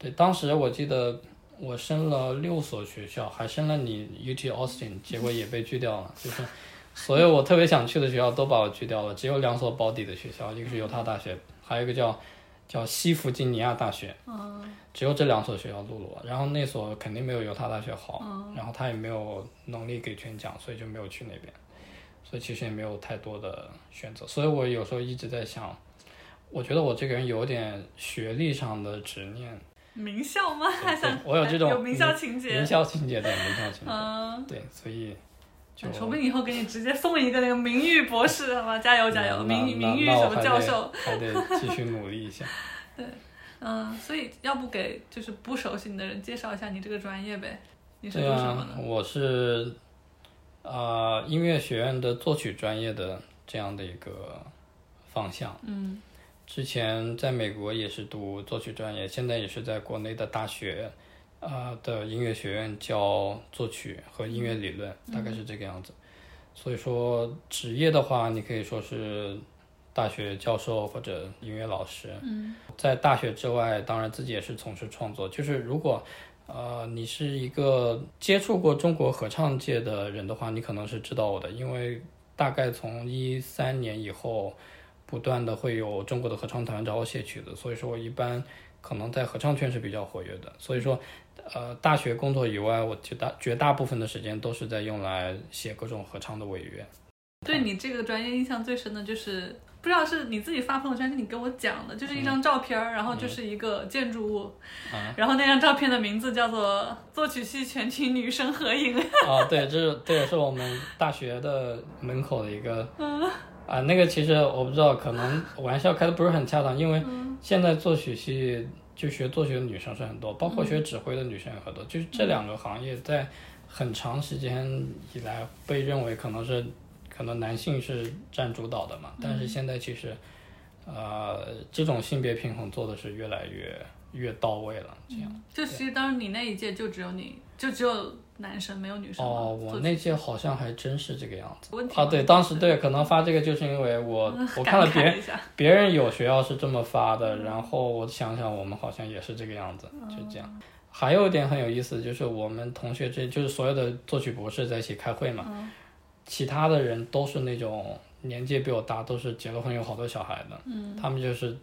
S2: 对，当时我记得我申了六所学校，还申了你 UT Austin，结果也被拒掉了。就是所有我特别想去的学校都把我拒掉了，只有两所保底的学校，一个是犹他大学，还有一个叫叫西弗吉尼亚大学。
S1: 哦
S2: 只有这两所学校录了我，然后那所肯定没有犹他大学好，
S1: 哦
S2: 然后他也没有能力给全奖，所以就没有去那边。所以其实也没有太多的选择，所以我有时候一直在想，我觉得我这个人有点学历上的执念。
S1: 名校吗？还
S2: 对
S1: 想
S2: 我有这种
S1: 有名校情节
S2: 营。销情节对，营销情节，
S1: 嗯，
S2: 对，所以就
S1: 哎说不定以后给你直接送一个那个名誉博士，好吧，加油加油，
S2: 嗯那
S1: 名誉
S2: 那
S1: 名誉
S2: 那我
S1: 什么
S2: 还
S1: 教
S2: 得
S1: 授，
S2: 还得继续努力一下。
S1: 嗯，所以要不给就是不熟悉你的人介绍一下你这个专业呗？ *laughs* 你是
S2: 对
S1: 读什么
S2: 啊
S1: 的？，
S2: 我是啊、呃音乐学院的作曲专业的这样的一个方向。
S1: 嗯
S2: 之前在美国也是读作曲专业，现在也是在国内的大学，啊的音乐学院教作曲和音
S1: 嗯
S2: 乐理论，大概是这个样子。所以说职业的话，你可以说是大学教授或者音乐老师。
S1: 嗯
S2: 在大学之外，当然自己也是从事创作。就是如果呃你是一个接触过中国合唱界的人的话，你可能是知道我的，因为大概从一三年以后，不断的会有中国的合唱团找我写曲子，所以说我一般可能在合唱圈是比较活跃的。所以说，呃，大学工作以外，我绝大绝大部分的时间都是在用来写各种合唱的违约。
S1: 对你这个专业印象最深的就是，不知道是你自己发朋友圈，还是你跟我讲的，就是一
S2: 嗯
S1: 张照片儿，然后就是一个建筑物，
S2: 啊
S1: 然后那张照片的名字叫做“作曲系全体女生合影
S2: *laughs* 啊，对，这是这也是我们大学的门口的一个，
S1: 嗯
S2: 啊，那个其实我不知道，可能玩笑开的不是很恰当，因为
S1: 嗯
S2: 现在作曲系就学作曲的女生是很多，包括
S1: 嗯
S2: 学指挥的女生也很多，就是这两个行业在很长时间以来被认为可能是可能男性是占主导的嘛，但
S1: 嗯
S2: 是现在其实，呃，这种性别平衡做的是越来越越到位了，这样。”，
S1: 就其实当时你那一届就只有你，就只有男生，没有女生嘛。
S2: 哦，我
S1: 作曲
S2: 那届好像还真是这个样子。
S1: 问题
S2: 啊，对，当时对，可能发这个就是因为
S1: *laughs*
S2: 我我看了别
S1: 感慨
S2: 人
S1: 一下嗯
S2: 别人有学校是这么发的，然后我想想我们好像也是这个样子，
S1: 哦
S2: 就这样。还有一点很有意思，就是我们同学这就是所有的作曲博士在一起开会嘛，
S1: 嗯
S2: 其他的人都是那种年纪比我大，都是结了婚有好多小孩的，他们就是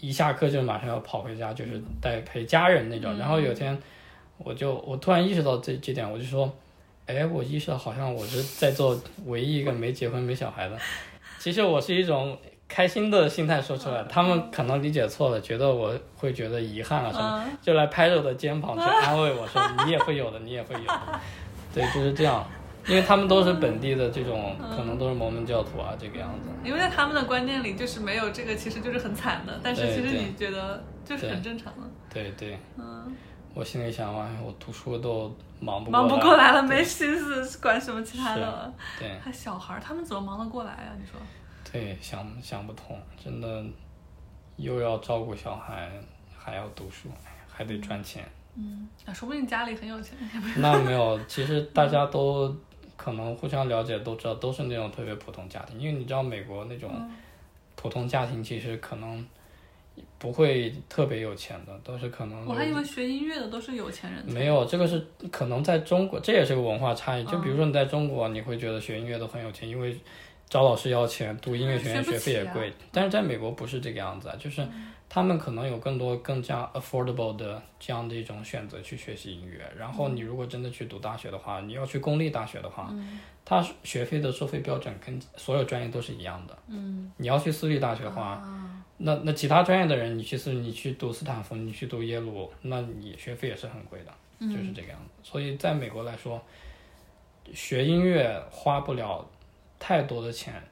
S2: 一下课就马上要跑回家，就是带陪家人那种。然后有天我就我突然意识到这这点，我就说，哎，我意识到好像我是在做唯一一个没结婚没小孩的。其实我是一种开心的心态说出来，他们可能理解错了，觉得我会觉得遗憾啊什么，就来拍着我的肩膀去安慰我说：“你也会有的，你也会有的。”对，就是这样，因为他们都是本地的这种，可能都是摩门教徒啊，这个样子。
S1: 因为在他们的观念里，就是没有这个其实就是很惨的，但是
S2: 对
S1: 其实
S2: 对
S1: 你觉得就是
S2: 对
S1: 很正常的。
S2: 对对，
S1: 嗯，
S2: 我心里想，哎，我读书都忙不
S1: 忙不
S2: 不
S1: 过来了，
S2: 对
S1: 没心思管什么其他的了。
S2: 对
S1: 还小孩儿，他们怎么忙得过来啊？你说，
S2: 对，想想不通，真的又要照顾小孩，还要读书，哎还得赚
S1: *laughs*
S2: 钱。
S1: 嗯，啊，说不定家里很有钱，
S2: 那没有，其实大家都可能互相了解，都知道都是那种特别普通家庭，因为你知道美国那种
S1: 嗯
S2: 普通家庭其实可能不会特别有钱的，都是可能
S1: 我还以为学音乐的都是有钱人。
S2: 没有，这个是可能在中国，这也是个文化差异。就比
S1: 嗯
S2: 如说你在中国，你会觉得学音乐都很有钱，因为找老师要钱，读音乐学院
S1: 学不
S2: 学费也
S1: 起啊
S2: 贵。但是在美国不是这个样子啊，就是他们可能有更多更加 affordable 的这样的一种选择去学习音乐。然后
S1: 嗯
S2: 你如果真的去读大学的话，你要去公立大学的话，它学费的收费标准跟所有专业都是一样的。嗯，你要去私立大学的
S1: 啊
S2: 话，那那其他专业的人，你其实你去读斯坦福，你去读耶鲁，那你学费也是很贵的，
S1: 嗯
S2: 就是这个样子。所以在美国来说，学音乐花不了太多的钱，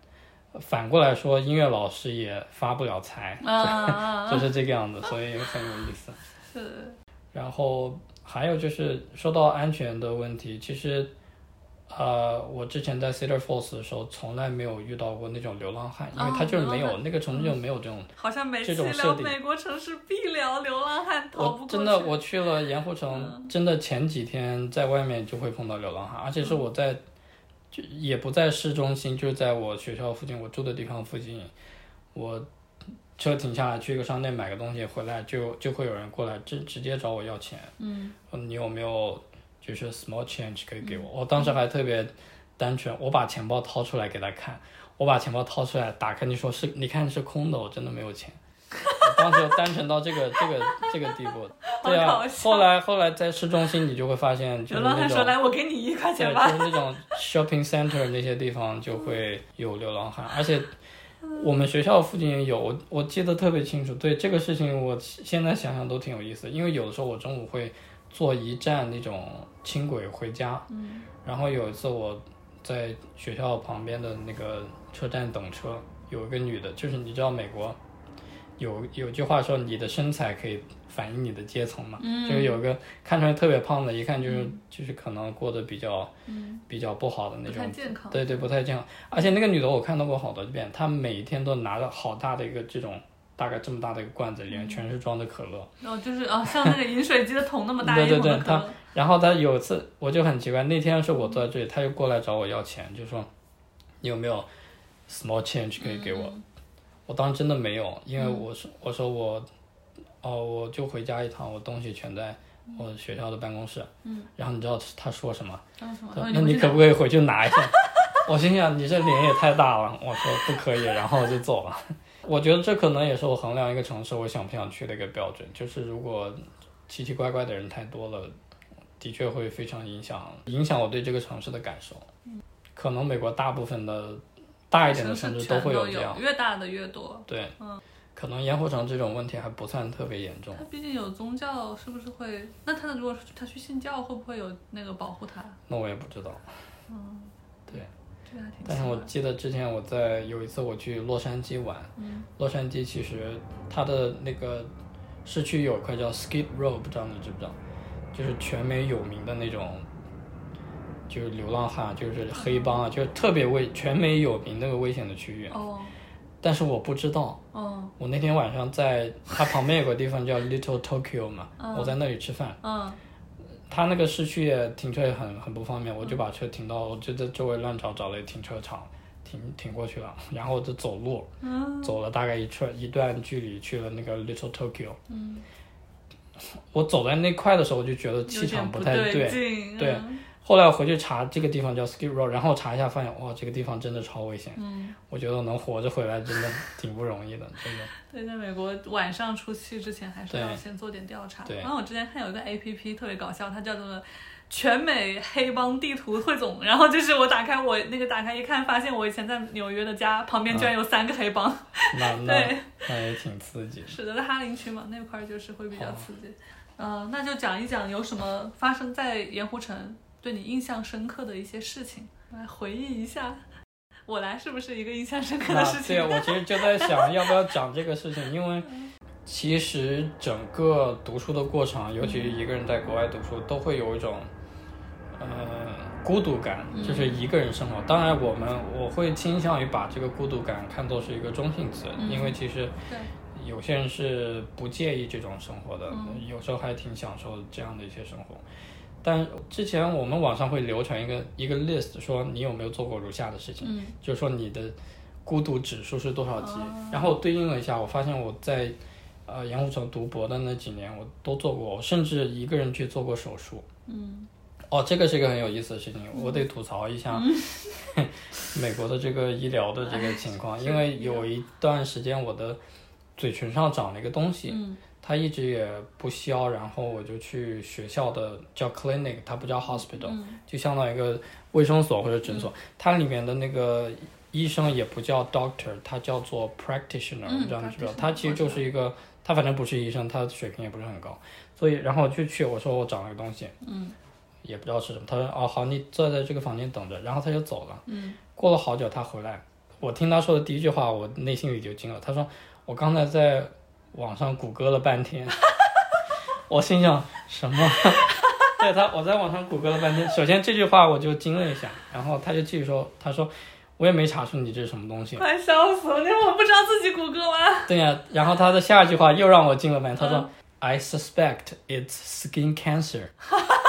S2: 反过来说，音乐老师也发不了财，
S1: 啊啊，啊
S2: *laughs* 就是这个样子，所以很有意思。
S1: *laughs* 是，
S2: 然后还有就是说到安全的问题，其实，呃，我之前在 Cedar Falls 的时候，从来没有遇到过那种流浪汉，因为
S1: 哦
S2: 他就是没
S1: 流
S2: 有、
S1: 浪汉嗯
S2: 那个城市就没有这种。
S1: *laughs* 好像每期
S2: 这种设
S1: 聊
S2: 定
S1: 美国城市必聊流浪汉，逃不
S2: 我
S1: 过
S2: 真的
S1: 去
S2: 我去嗯了盐湖城，真的前几天在外面就会碰到流浪汉，而且是我在，就也不在市中心，就是在我学校附近，我住的地方附近，我车停下来去一个商店买个东西回来就，就会有人过来直直接找我要钱，嗯，你有没有就是 small change 可以给我？
S1: 嗯
S2: 我当时还特别单纯，我把钱包掏出来给他看，我把钱包掏出来打开，你说是，你看是空的，我真的没有钱。我当时就单纯到这个这个这个地步，对
S1: *laughs* 好
S2: 啊
S1: 搞。笑
S2: 后来后来在市中心，你就会发现就
S1: 流
S2: 是
S1: 浪
S2: 那
S1: 汉说：“
S2: 种
S1: 来，我给你一块
S2: 对，
S1: 钱
S2: 就
S1: 吧。
S2: 是那种 shopping center 那些地方就会有流浪汉，而且我们学校附近也有，我我记得特别清楚。对这个事情，我现在想想都挺有意思，因为有的时候我中午会坐一站那种轻轨回家，嗯，然后有一次我在学校旁边的那个车站等车，有一个女的，就是你知道美国。有有句话说，你的身材可以反映你的阶层嘛，
S1: 嗯
S2: 就是有个看上去特别胖的，一看就是、就是可能过得比较、比较不好的 *laughs* 那
S1: 嗯不
S2: 种
S1: 太，健康。
S2: 对对，不太健康。而且那个女的我看到过好多遍，她每天都拿着好大的一个这种大概这么大的一个罐子，里
S1: 嗯
S2: 面全是装的可乐。
S1: 然后就是哦，像那个饮水机的桶那么大
S2: 对
S1: 一
S2: 对
S1: 桶的
S2: 对
S1: 可乐，
S2: 然后她有一次我就很奇怪，那天是我坐在这里，她就过来找我要钱，就说你有没有 small change 可以给我？
S1: 嗯
S2: 我当时真的没有，因为我说、我说我哦我就回家一趟，我东西全在我学校的办公室。嗯，然后你知道她说什么？
S1: 然后哦什么？
S2: 对
S1: 然后
S2: 那
S1: 回
S2: 你
S1: 去
S2: 可不可以回去拿一下？ *laughs* 我心想你这脸也太大了，我说不可以，然后我就走了。我觉得这可能也是我衡量一个城市我想不想去的一个标准，就是如果奇奇怪怪的人太多了，的确会非常影响影响我对这个城市的感受。可能美国大部分的大一点的城市都
S1: 全
S2: 会
S1: 有
S2: 这样，，
S1: 越大的越多。
S2: 对，可能盐湖城这种问题还不算特别严重。
S1: 他毕竟有宗教，是不是会？那他如果是他去信教，会不会有那个保护他？
S2: 那我也不知道。
S1: 这个还挺奇怪。
S2: 但是我记得之前我在有一次我去洛杉矶玩，洛杉矶其实它的那个市区有块叫 Skid Row，不知道你知不知道，就是全美有名的那种，就是流浪汉，就是黑帮啊，就是特别危，全美有名那个危险的区域。
S1: 哦
S2: 但是我不知道，
S1: 哦
S2: 我那天晚上在它旁边有个地方叫 Little Tokyo 嘛，我在那里吃饭。
S1: 嗯
S2: 他那个市区也停车也很很不方便，我
S1: 嗯
S2: 就把车停到，我就在周围乱找，找了一停车场，停停过去了，然后我就走路，
S1: 啊
S2: 走了大概一圈一段距离去了那个 Little Tokyo。
S1: 嗯，
S2: 我走在那块的时候，我就觉得
S1: 有
S2: 气场
S1: 点不
S2: 太对。
S1: 劲。
S2: 对啊
S1: 嗯
S2: 后来我回去查这个地方叫 Skid Row，然后查一下发现，哇，这个地方真的超危险。嗯，我觉得我能活着回来真的挺不容易的，真的。
S1: *laughs* 对，在美国晚上出去之前还是
S2: 对啊
S1: 要先做点调查。
S2: 对
S1: 然后我之前看有一个 A P P 特别搞笑，它叫做全美黑帮地图汇总，然后就是我打开我那个打开一看，发现我以前在纽约的家旁边居
S2: 嗯
S1: 然有三个黑帮。 *laughs*
S2: 那那
S1: 对
S2: 那也挺刺激。
S1: 是的，在哈林区嘛，那块儿就是会比较刺激。嗯、那就讲一讲有什么发生在盐湖城对你印象深刻的一些事情，来回忆一下。我来是不是一个印象深刻的事情？
S2: 啊对，我其实就
S1: *laughs*
S2: 在想要不要讲这个事情，因为其实整个读书的过程，尤其是一个人在国外读书，都会有一种呃孤独感，
S1: 嗯
S2: 就是一个人生活。当然，我们我会倾向于把这个孤独感看作是一个中性词，
S1: 嗯
S2: 因为其实
S1: 对
S2: 有些人是不介意这种生活的，有时候还挺享受这样的一些生活。但之前我们网上会流传一个一个 list，说你有没有做过如下的事情，
S1: 嗯
S2: 就是说你的孤独指数是多少级。
S1: 哦
S2: 然后对应了一下，我发现我在呃盐湖城读博的那几年，我都做过，我甚至一个人去做过手术。
S1: 嗯
S2: 哦，这个是一个很有意思的事情，我得吐槽一下、 *laughs* 美国的这个医疗的这个情况，
S1: *laughs* 是
S2: 因为有一段时间我的嘴唇上长了一个东西，
S1: 嗯
S2: 它一直也不消，然后我就去学校的叫 clinic，它不叫 hospital，、
S1: 嗯
S2: 就相当于一个卫生所或者诊所，它里面的那个医生也不叫 doctor，它叫做 practitioner，、
S1: 嗯
S2: 你知道你知不知道
S1: practitioner，？
S2: 它其实就是一个，他反正不是医生，他水平也不是很高，所以然后我就去我说我长了个东西，
S1: 嗯
S2: 也不知道是什么，他说哦好，你坐在这个房间等着，然后他就走了。
S1: 嗯
S2: 过了好久，他回来，我听他说的第一句话，我内心里就惊了。他说：“我刚才在网上谷歌了半天。”我心想什么？ *laughs* 对他，我在网上谷歌了半天。首先这句话我就惊了一下，然后他就继续说：“他说我也没查出你这是什么
S1: *laughs*
S2: 东西。
S1: 快笑死我！你我不知道自己谷歌吗？”
S2: 对呀、然后他的下一句话又让我惊了半天。他说、i suspect it's skin cancer。” *laughs*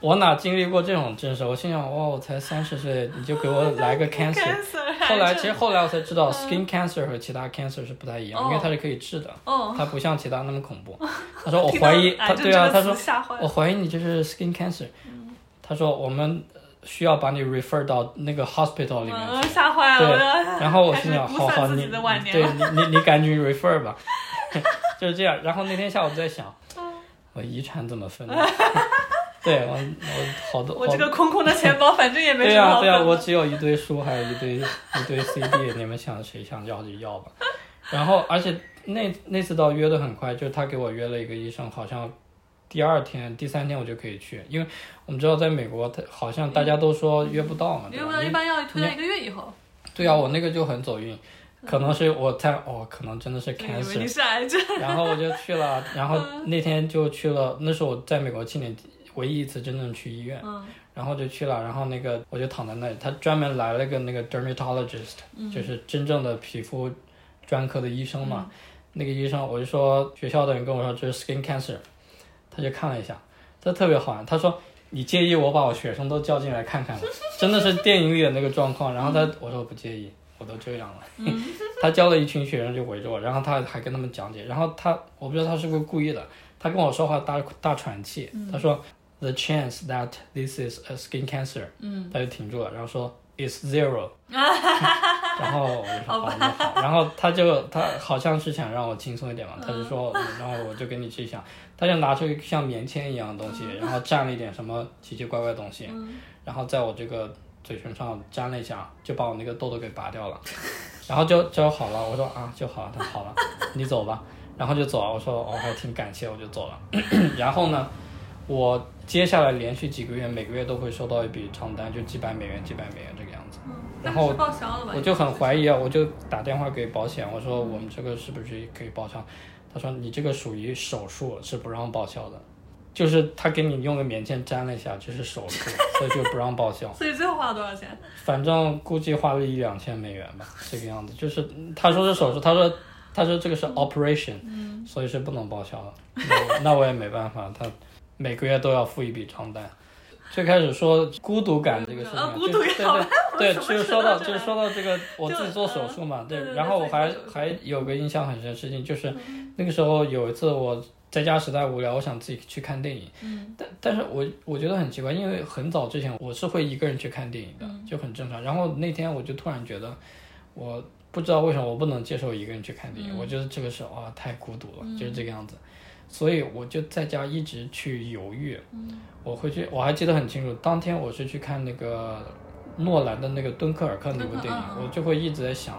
S2: 我哪经历过这种震慑？我心想，哇，我才三十岁，你就给我来个 cancer。
S1: cancer
S2: 后来，其实
S1: 实
S2: 后来我才知道，skin cancer 和其他 cancer 是不太一样，
S1: 哦
S2: 因为它是可以治的，
S1: 哦，
S2: 它不像其他那么恐怖。
S1: *laughs*
S2: 他说我
S1: 听到哎
S2: 怀疑，
S1: 癌
S2: 他
S1: 症
S2: 对
S1: 这
S2: 啊，
S1: 个
S2: 他
S1: 词
S2: 说
S1: 吓坏了
S2: 我怀疑你这是 skin cancer。他
S1: 嗯
S2: 说我们呃需要把你 refer 到那个 hospital 哦里面
S1: 嗯，
S2: 去。
S1: 吓坏了，
S2: 对
S1: 我要
S2: 然后我
S1: 嗯开始
S2: 心想，
S1: 估
S2: 好好
S1: 算自
S2: 你
S1: 己的晚
S2: 你
S1: 年
S2: 对你你你赶紧
S1: *laughs*
S2: refer 吧， *laughs* 就是这样。然后那天下午在想，
S1: 嗯
S2: 我遗产怎么分呢？ *laughs* 对我我好多
S1: 我
S2: 好
S1: 这个空空的钱
S2: *laughs*
S1: 包，反正也没
S2: 对
S1: 什么
S2: 呀、
S1: 好
S2: 对呀、啊
S1: 分的
S2: 我只有一堆书，还有一堆 *laughs* 一堆 CD，你们想谁想要就要吧。然后，而且那那次倒约的很快，就是他给我约了一个医生，好像第二天、第三天我就可以去，因为我们知道在美国，他好像大家都说约不到嘛，
S1: 因
S2: 对
S1: 为
S2: 吧
S1: 我？一
S2: 你
S1: 般要推到一个月以后，
S2: 对啊，我那个就很走运，可能是我在哦，可能真的是
S1: 对以为
S2: cancer，
S1: 你是癌症，
S2: 然后我就去了，然后那天就去了，那是我在美国七年唯一一次真正去医院。
S1: 嗯
S2: 然后就去了，然后那个我就躺在那里，他专门来了个那个 dermatologist，、就是真正的皮肤专科的医生嘛。那个医生我就说学校的人跟我说这是 skin cancer，他就看了一下，他特别好玩，他说你介意我把我学生都叫进来看看吗？真的是电影里的那个状况。然后他我说我不介意，我都这样了。 *laughs* 他教了一群学生就围着我，然后他还跟他们讲解，然后他我不知道他是不是故意的，他跟我说话大大喘气，他说。the chance that this is a skin cancer，
S1: 嗯，
S2: 他就停住了，然后说 is zero，然后我就说好，那好，然后他就他好像是想让我轻松一点嘛，他就说，嗯然后我就跟你去想，他就拿出一个像棉签一样的东西，然后蘸了一点什么奇奇怪怪的东西，然后在我这个嘴唇上粘了一下，就把我那个痘痘给拔掉了，然后就就好了，我说啊就好了，他说好了，你走吧，然后就走了，我说我还挺感谢，我就走了， *clears throat* 然后呢？我接下来连续几个月，每个月都会收到一笔账单，就几百美元、几百美元这个样子。
S1: 嗯
S2: 然
S1: 但
S2: 后
S1: 是报销了吧？
S2: 我就很怀疑啊，我就打电话给保险，我说我们这个是不是可以报销？他说你这个属于手术，是不让报销的，就是他给你用个棉签粘了一下，这是手术，所以就不让报销。
S1: 所以最后花了多少钱？
S2: *laughs* 反正估计花了一两千美元吧，这个样子。就是他说是手术，他说他说这个是 operation，、所
S1: 嗯
S2: 以是不能报销的。那那我也没办法，他每个月都要付一笔账单。最开始说孤独感这个事情
S1: 啊
S2: 啊，
S1: 孤
S2: 就
S1: 独
S2: 对
S1: 感
S2: 对对，
S1: 我怎么
S2: 就
S1: 知
S2: 是说
S1: 道
S2: 到
S1: 这
S2: 就是说到这个我自己做手术嘛，
S1: 就嗯对对对嗯
S2: 然后我
S1: 自己
S2: 还
S1: 做手术
S2: 还有个印象很深的事情，就是那个时候有一次我在家实在无聊，我想自己去看电影，
S1: 嗯
S2: 但但是我我觉得很奇怪，因为很早之前我是会一个人去看电影的，就很正常。然后那天我就突然觉得，我嗯不知道为什么我不能接受一个人去看电影，我觉得这个是啊、太孤独了，就是这个样子。所以我就在家一直去犹豫。我回去我还记得很清楚，当天我是去看那个诺兰的那个《敦刻尔克》那部电影，
S1: 嗯嗯嗯
S2: 我就会一直在想，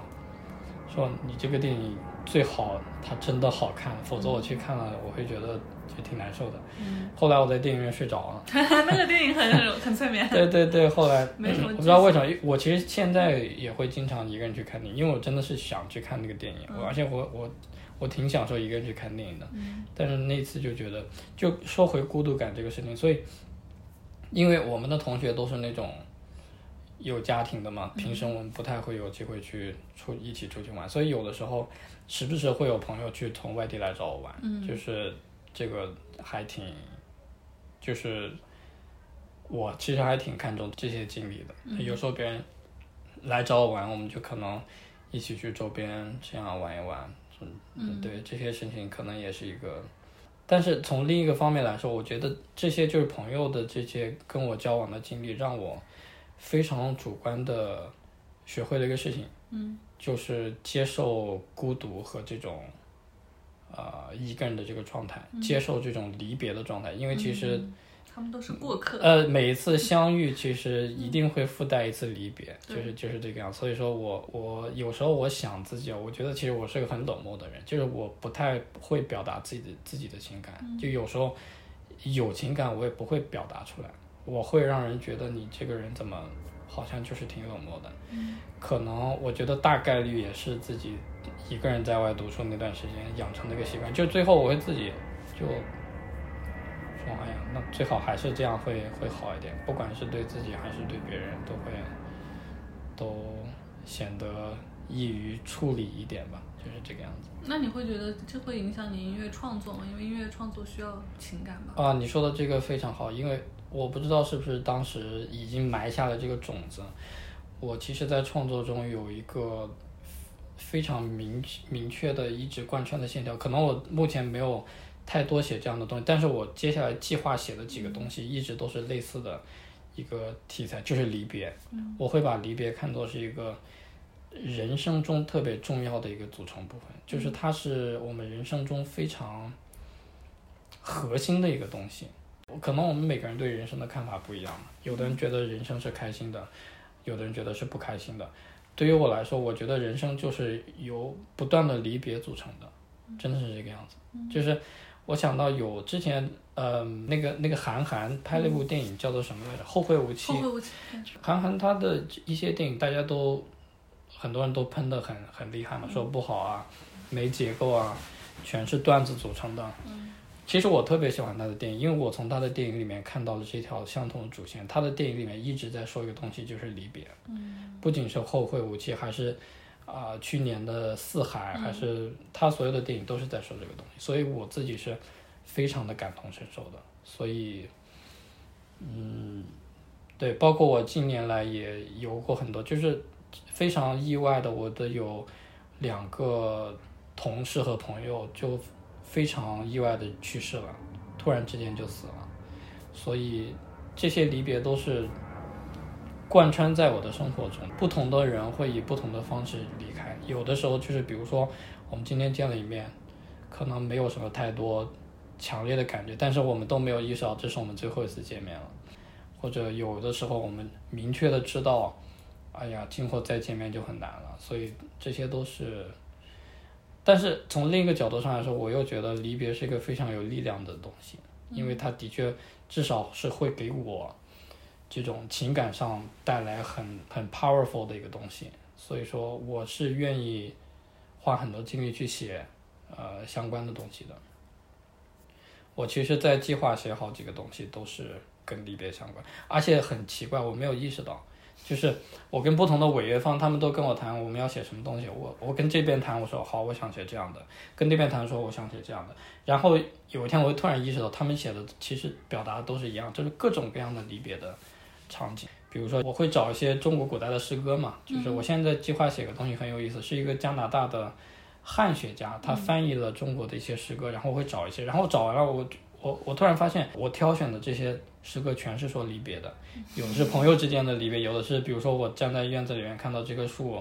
S2: 说你这个电影最好它真的好看，否则我去看了我会觉得就挺难受的。后来我在电影院睡着 *laughs* 了。
S1: 哎那个电影很很催眠。
S2: 对对对，后来
S1: 没什么
S2: 呃嗯我不知道为什么，我其实现在也会经常一个人去看电影，因为我真的是想去看那个电影，
S1: 嗯
S2: 我而且我我我挺享受一个人去看电影的，
S1: 嗯
S2: 但是那次就觉得，就说回孤独感这个事情，所以，因为我们的同学都是那种有家庭的嘛，平时我们不太会有机会去出一起出去玩，所以有的时候时不时会有朋友去从外地来找我玩，就是这个还挺，就是我其实还挺看重这些经历的。有时候别人来找我玩，我们就可能一起去周边这样玩一玩。嗯，对，这些事情可能也是一个。但是从另一个方面来说，我觉得这些就是朋友的这些跟我交往的经历，让我非常主观的学会了一个事情，嗯，就是接受孤独和这种呃一个人的这个状态，接受这种离别的状态，因为其实
S1: 嗯他们都是过客。
S2: 呃，每一次相遇其实一定会附带一次离别，
S1: 嗯
S2: 就是就是这个样。所以说我我有时候我想自己，我觉得其实我是个很冷漠的人，就是我不太会表达自己的自己的情感，
S1: 嗯
S2: 就有时候有情感我也不会表达出来，我会让人觉得你这个人怎么好像就是挺冷漠的。
S1: 嗯
S2: 可能我觉得大概率也是自己一个人在外读书那段时间养成的一个习惯，就最后我会自己就说，哎呀，那最好还是这样会会好一点，不管是对自己还是对别人，都会都显得易于处理一点吧，就是这个样子。
S1: 那你会觉得这会影响你音乐创作吗？因为音乐创作需要情感吧。
S2: 啊，你说的这个非常好，因为我不知道是不是当时已经埋下了这个种子。我其实，在创作中有一个非常明明确的、一直贯穿的线条。可能我目前没有太多写这样的东西，但是我接下来计划写的几个东西，一直都是类似的一个题材，就是离别。
S1: 嗯
S2: 我会把离别看作是一个人生中特别重要的一个组成部分，就是它是我们人生中非常。核心的一个东西。可能我们每个人对人生的看法不一样，有的人觉得人生是开心的，有的人觉得是不开心的。对于我来说，我觉得人生就是由不断的离别组成的，真的是这个样子。就是我想到有之前，呃，那个那个韩寒拍了一部电影叫做什么来着，《后会无期》。
S1: 后会无期。
S2: 韩寒他的一些电影，大家都很多人都喷的很很厉害嘛，说不好啊，没结构啊，全是段子组成的。其实我特别喜欢他的电影，因为我从他的电影里面看到了这条相同的主线。他的电影里面一直在说一个东西，就是离别。不仅是《后会无期》，还是啊、去年的《四海》，还是他所有的电影都是在说这个东西，所以我自己是非常的感同身受的。所以，嗯，对，包括我近年来也有过很多，就是非常意外的，我的有两个同事和朋友就非常意外的去世了，突然之间就死了，所以这些离别都是贯穿在我的生活中。不同的人会以不同的方式离开，有的时候就是比如说我们今天见了一面，可能没有什么太多强烈的感觉，但是我们都没有意识到这是我们最后一次见面了。或者有的时候我们明确的知道，哎呀，今后再见面就很难了，所以这些都是。但是从另一个角度上来说，我又觉得离别是一个非常有力量的东西，因为它的确至少是会给我这种情感上带来很很 powerful 的一个东西，所以说我是愿意花很多精力去写呃相关的东西的。我其实，在计划写好几个东西都是跟离别相关，而且很奇怪，我没有意识到，就是我跟不同的违约方，他们都跟我谈我们要写什么东西，我我跟这边谈，我说好，我想写这样的，跟那边谈说我想写这样的，然后有一天我突然意识到，他们写的其实表达的都是一样，就是各种各样的离别的场景。比如说，我会找一些中国古代的诗歌嘛，就是我现在计划写个东西很有意思，是一个加拿大的汉学家，他翻译了中国的一些诗歌，然后会找一些，然后找完了我我我突然发现，我挑选的这些诗歌全是说离别的， *laughs* 有的是朋友之间的离别，有的是比如说我站在院子里面看到这棵树，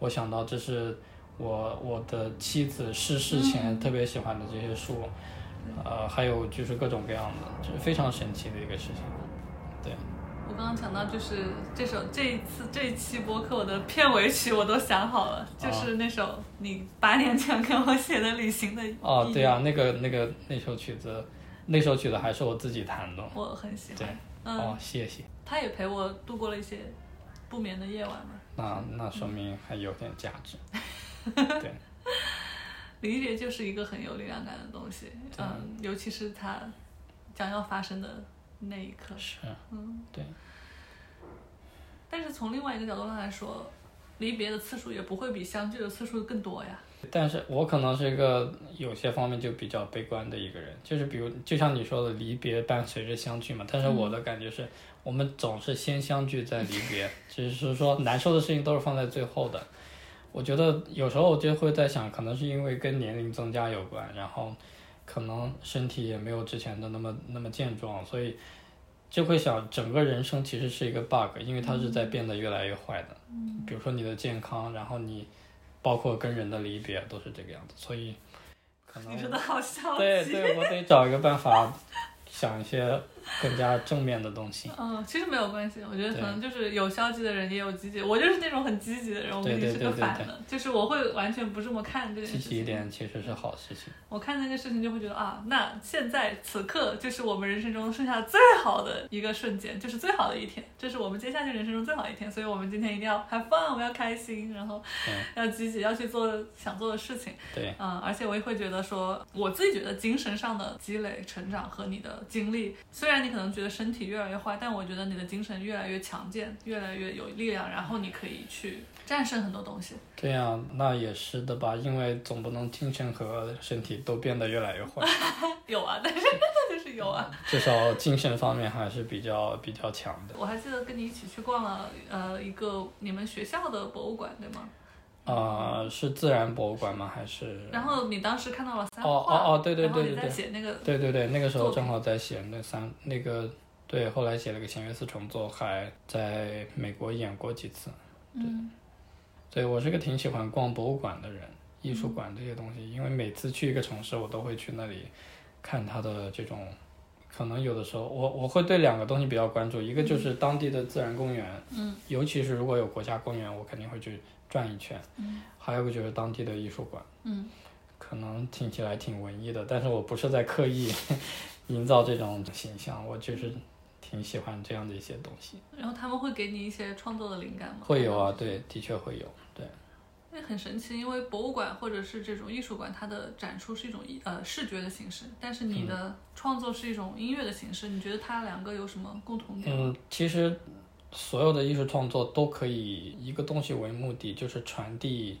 S2: 我想到这是我我的妻子逝世前特别喜欢的这些树，呃，还有就是各种各样的，就是非常神奇的一个事情。对，
S1: 我刚刚想到，就是这首这一次这一期播客我的片尾曲我都想好
S2: 啊
S1: 了，就是那首你八年前给我写的《旅行的意义》。
S2: *laughs* 哦，对啊，那个那个那首曲子，那首曲子还是我自己弹的。
S1: 我很喜
S2: 对
S1: 欢。，
S2: 哦
S1: 嗯，，
S2: 谢谢。
S1: 他也陪我度过了一些不眠的夜晚嘛。
S2: 那那说明还有点价值。对，
S1: *laughs* 离别就是一个很有力量感的东西，嗯，尤其是它将要发生的那一刻。
S2: 是，对，
S1: 但是从另外一个角度上来说，离别的次数也不会比相聚的次数更多呀。
S2: 但是我可能是一个有些方面就比较悲观的一个人，就是比如就像你说的，离别伴随着相聚嘛。但是我的感觉是，我们总是先相聚再离别，只是说难受的事情都是放在最后的。我觉得有时候我就会在想，可能是因为跟年龄增加有关，然后可能身体也没有之前的那么那么健壮，所以就会想整个人生其实是一个 bug，因为它是在变得越来越坏的。嗯、比如说你的健康，然后你包括跟人的离别都是这个样子，所以可
S1: *laughs*
S2: 能
S1: 你真的好消极。
S2: 对对， *laughs* 我得找一个办法，想一些更加正面的东西。
S1: 嗯，其实没有关系，我觉得可
S2: 对
S1: 能就是有消极的人也有积极，我就是那种很积极的人，我
S2: 对
S1: 跟你
S2: 对
S1: 是
S2: 对
S1: 个
S2: 对
S1: 反
S2: 对
S1: 的，就是我会完全不这么看这件
S2: 积
S1: 事
S2: 极
S1: 情。
S2: 一点其实是好事情。
S1: 我看那个事情就会觉得啊，那现在此刻就是我们人生中剩下最好的一个瞬间，就是最好的一天，这是我们接下去人生中最好的一天，所以我们今天一定要 have fun，我们要开心，然后 *laughs* 要积极，要去做想做的事情。
S2: 对，
S1: 嗯，而且我也会觉得说，我自己觉得精神上的积累、成长和你的经历，虽然你可能觉得身体越来越坏，但我觉得你的精神越来越强健，越来越有力量，然后你可以去战胜很多东西。 *laughs*
S2: 这样那也是的吧，因为总不能精神和身体都变得越来越坏，
S1: 有啊，但是 *laughs* 那就是有啊。
S2: 至少精神方面还是比较比较强的。
S1: 我还记得跟你一起去逛了呃一个你们学校的博物馆，对吗？
S2: 啊、是自然博物馆吗？还是？
S1: 然后你当时看到了三画，
S2: 哦哦哦对对对
S1: 然后
S2: 对
S1: 你在
S2: 对
S1: 写那个，
S2: 对对对，那个时
S1: 作
S2: 候
S1: 品
S2: 正好在写那三那个，对，后来写了个《弦乐四重奏》，还在美国演过几次。
S1: 嗯，
S2: 对我是个挺喜欢逛博物馆的人，艺术馆这些东西，因为每次去一个城市，我都会去那里看它的这种，可能有的时候我我会对两个东西比较关注，一个就是当地的自然公园，嗯，尤其是如果有国家公园，我肯定会去转一圈，嗯，还有一个就是当地的艺术馆，
S1: 嗯，
S2: 可能听起来挺文艺的，但是我不是在刻意营造这种形象，我就是挺喜欢这样的一些东西，
S1: 然后他们会给你一些创作的灵感吗？
S2: 会有啊，对，的确会有，对。
S1: 那很神奇，因为博物馆或者是这种艺术馆，它的展出是一种艺呃视觉的形式，但是你
S2: 嗯
S1: 的创作是一种音乐的形式。你觉得它两个有什么共同点？
S2: 嗯，其实所有的艺术创作都可以以一个东西为目的，就是传递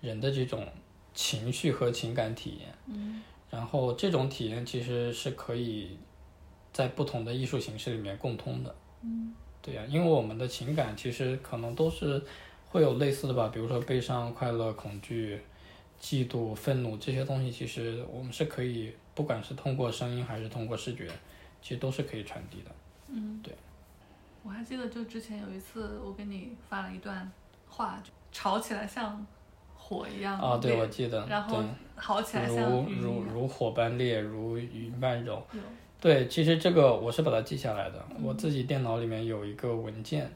S2: 人的这种情绪和情感体验。嗯，然后这种体验其实是可以在不同的艺术形式里面共通的。嗯，对呀、因为我们的情感其实可能都是会有类似的吧，比如说悲伤、快乐、恐惧。嫉妒、愤怒这些东西，其实我们是可以，不管是通过声音还是通过视觉，其实都是可以传递的。
S1: 我还记得，就之前有一次，我给你发了一段话，就吵起来像火一样
S2: 啊，对，
S1: 烈
S2: 我记得，
S1: 然后
S2: 对
S1: 好起来像
S2: 如
S1: 云一
S2: 如
S1: 样
S2: 如火般烈，如云般柔。
S1: 有嗯
S2: 对，其实这个我是把它记下来的，我自己电脑里面有一个文件，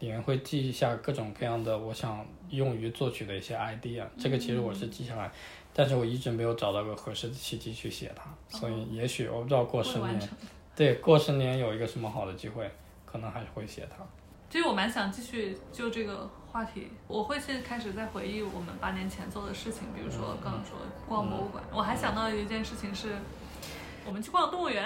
S2: 里面会记一下各种各样的我想用于作曲的一些 idea，这个其实我
S1: 嗯
S2: 是记下来，但是我一直没有找到个合适的契机去写它，所
S1: 哦
S2: 以也许我不知道过十
S1: 未完
S2: 年，
S1: 成。
S2: 对，过十年有一个什么好的机会，可能还是会写它。
S1: 其实我蛮想继续就这个话题，我会现在开始在回忆我们八年前做的事情，比如
S2: 嗯
S1: 说刚刚说逛博物馆，我还想到一件事情是，我们去逛动物园，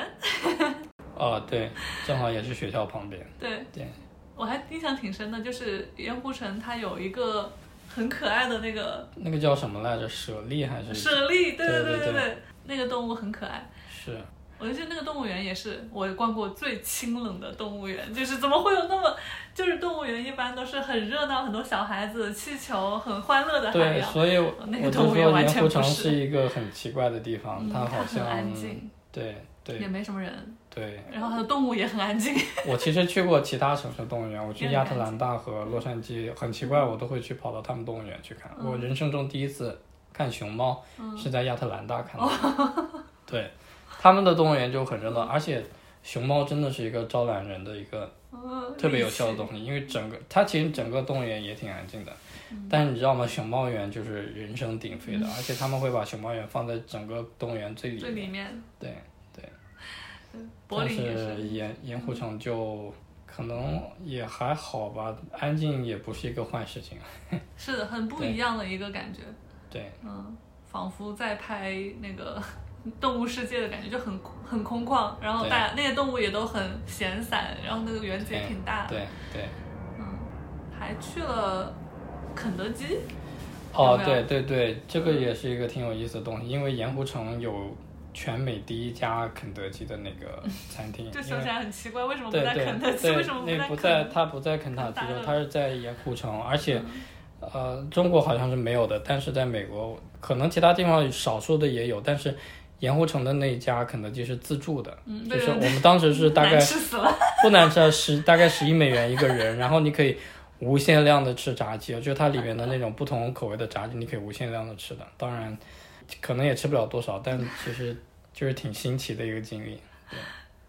S2: 啊，对，正好也是学校旁边，
S1: 对
S2: 对，
S1: 我还印象挺深的，就是盐湖城它有一个很可爱的那个
S2: 那个叫什么来着？舍利还是
S1: 舍利，对对
S2: 对对
S1: 对
S2: 对
S1: 对，那个动物很可爱。
S2: 是？
S1: 我就觉得那个动物园也是我逛过最清冷的动物园，就是怎么会有那么，就是动物园一般都是很热闹，很多小孩子、气球，很欢乐的海
S2: 对，
S1: 洋。
S2: 所以我
S1: 那个
S2: 我就
S1: 动物
S2: 说
S1: 园完
S2: 盐
S1: 全
S2: 湖
S1: 不
S2: 城
S1: 是
S2: 是一个很奇怪的地方，
S1: 嗯
S2: 它好
S1: 很
S2: 像
S1: 安静，
S2: 对
S1: 也
S2: 对
S1: 没什么人，
S2: 对。
S1: 然后它的动物也很安静。
S2: 我其实去过其他城市动物园，我去
S1: 也很
S2: 亚特
S1: 干
S2: 兰大和洛杉矶，很奇
S1: 嗯
S2: 怪，我都会去跑到他们动物园去看。我
S1: 嗯哦
S2: 人生中第一次看熊猫是在亚特兰大看的，对，他们的动物园就很热闹，而且熊猫真的是一个招揽人的一个
S1: 嗯
S2: 特别有效的东西，因为整个它其实整个动物园也挺安静的，
S1: 嗯
S2: 但是你知道吗？熊猫园就是人声鼎沸的，而且他们会把熊猫园放在整个动物园最里
S1: 嗯最里面，
S2: 对，
S1: 柏
S2: 但
S1: 林也是，
S2: 是盐盐湖城就可能也还好吧，安静也不是一个坏事情。 *laughs*
S1: 是的，很不一样的一个感觉，
S2: 对，
S1: 嗯，仿佛在拍那个 *laughs* 动物世界的感觉，就很很空旷，然后
S2: 对
S1: 大那些动物也都很闲散，然后那个园子也
S2: 对
S1: 挺大的，
S2: 对对。
S1: 嗯，还去了肯德基，要，
S2: 哦
S1: 不要
S2: 对对对，这个也是一个挺有意思的东西，因为盐湖城有全美第一家肯德基的那个餐
S1: *laughs*
S2: 厅，
S1: 就
S2: 因
S1: 想
S2: 为
S1: 起来很奇怪，为什么不
S2: 对
S1: 在
S2: 对
S1: 肯德基？
S2: 对
S1: 为什么
S2: 那
S1: 在
S2: 不
S1: 肯德
S2: 在
S1: 基？
S2: 它不在肯塔基
S1: 达
S2: 州
S1: 勒，
S2: 它是在盐湖城，而
S1: 嗯
S2: 且，呃，中国好像是没有的，但是在美国可能其他地方少数的也有，但是盐湖城的那一家肯德基是自助的，
S1: 嗯，
S2: 就
S1: 对
S2: 是
S1: 对
S2: 我
S1: 对，
S2: 们当时是
S1: *laughs*
S2: 大
S1: 难
S2: 概
S1: 吃死了，
S2: 不难吃，十大概十一美元一个人，然后你可以无限量的吃炸鸡，就是它里面的那种不同口味的炸鸡，你可以无限量的吃的。当然，可能也吃不了多少，但其实就是挺新奇的一个经历。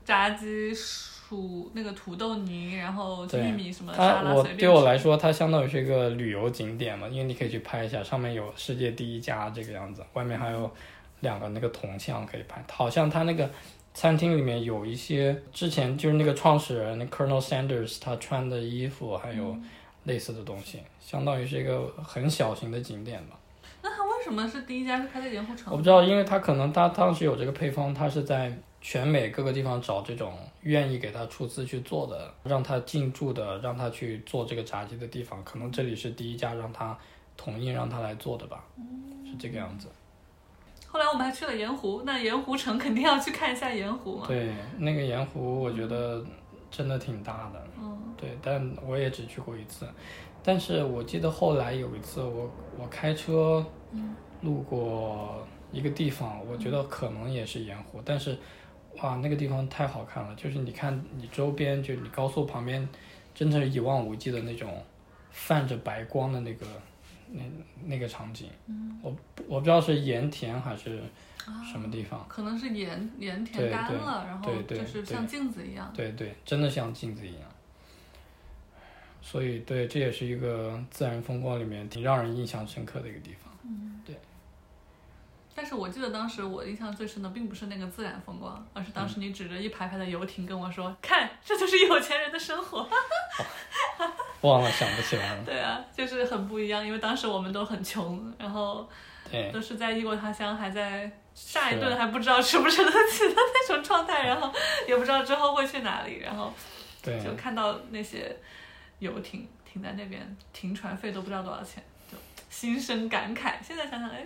S1: 炸鸡、薯那个土豆泥，然后
S2: 对
S1: 玉米什么沙
S2: 它
S1: 拉
S2: 我
S1: 随便
S2: 对我
S1: 吃
S2: 来说，它相当于是一个旅游景点嘛，因为你可以去拍一下，上面有世界第一家这个样子，外面还有两个那个铜像可以拍。好像它那个餐厅里面有一些之前就是那个创始人那 Colonel Sanders 他穿的衣服，还有
S1: 嗯
S2: 类似的东西，相当于是一个很小型的景点吧。
S1: 那它为什么是第一家是开在盐湖城？
S2: 我不知道，因为他可能他当时有这个配方，他是在全美各个地方找这种愿意给他出资去做的，让他进驻的，让他去做这个炸鸡的地方，可能这里是第一家让他同意让他来做的吧，是这个样子。
S1: 后来我们还去了盐湖，那盐湖城肯定要去看一下盐湖嘛。
S2: 对，那个盐湖我觉得真的挺大的，
S1: 嗯，
S2: 对，但我也只去过一次，但是我记得后来有一次我我开车
S1: 嗯
S2: 路过一个地方，我觉得可能也是盐湖，但是哇，那个地方太好看了，就是你看你周边，就你高速旁边，真的是一望无际的那种泛着白光的那个那那个场景，
S1: 嗯
S2: 我不我不知道是盐田还是什么地方。
S1: 可能是盐盐田
S2: 对
S1: 干
S2: 对
S1: 了，然后
S2: 对对
S1: 就是像镜子一样。
S2: 对对，真的像镜子一样。所以，对，这也是一个自然风光里面挺让人印象深刻的一个地方。
S1: 但是我记得当时我印象最深的并不是那个自然风光，而是当
S2: 嗯
S1: 时你指着一排排的游艇跟我说：“看，这就是有钱人的生活。
S2: 忘了，想不起来”了。
S1: 对啊，就是很不一样，因为当时我们都很穷，然后
S2: 对，
S1: 都是在异国他乡，还在下一
S2: 是
S1: 顿还不知道吃不吃得起的那种状态，然后也不知道之后会去哪里，然后
S2: 对，
S1: 就看到那些游艇停在那边，停船费都不知道多少钱，就心生感慨。现在想想，哎，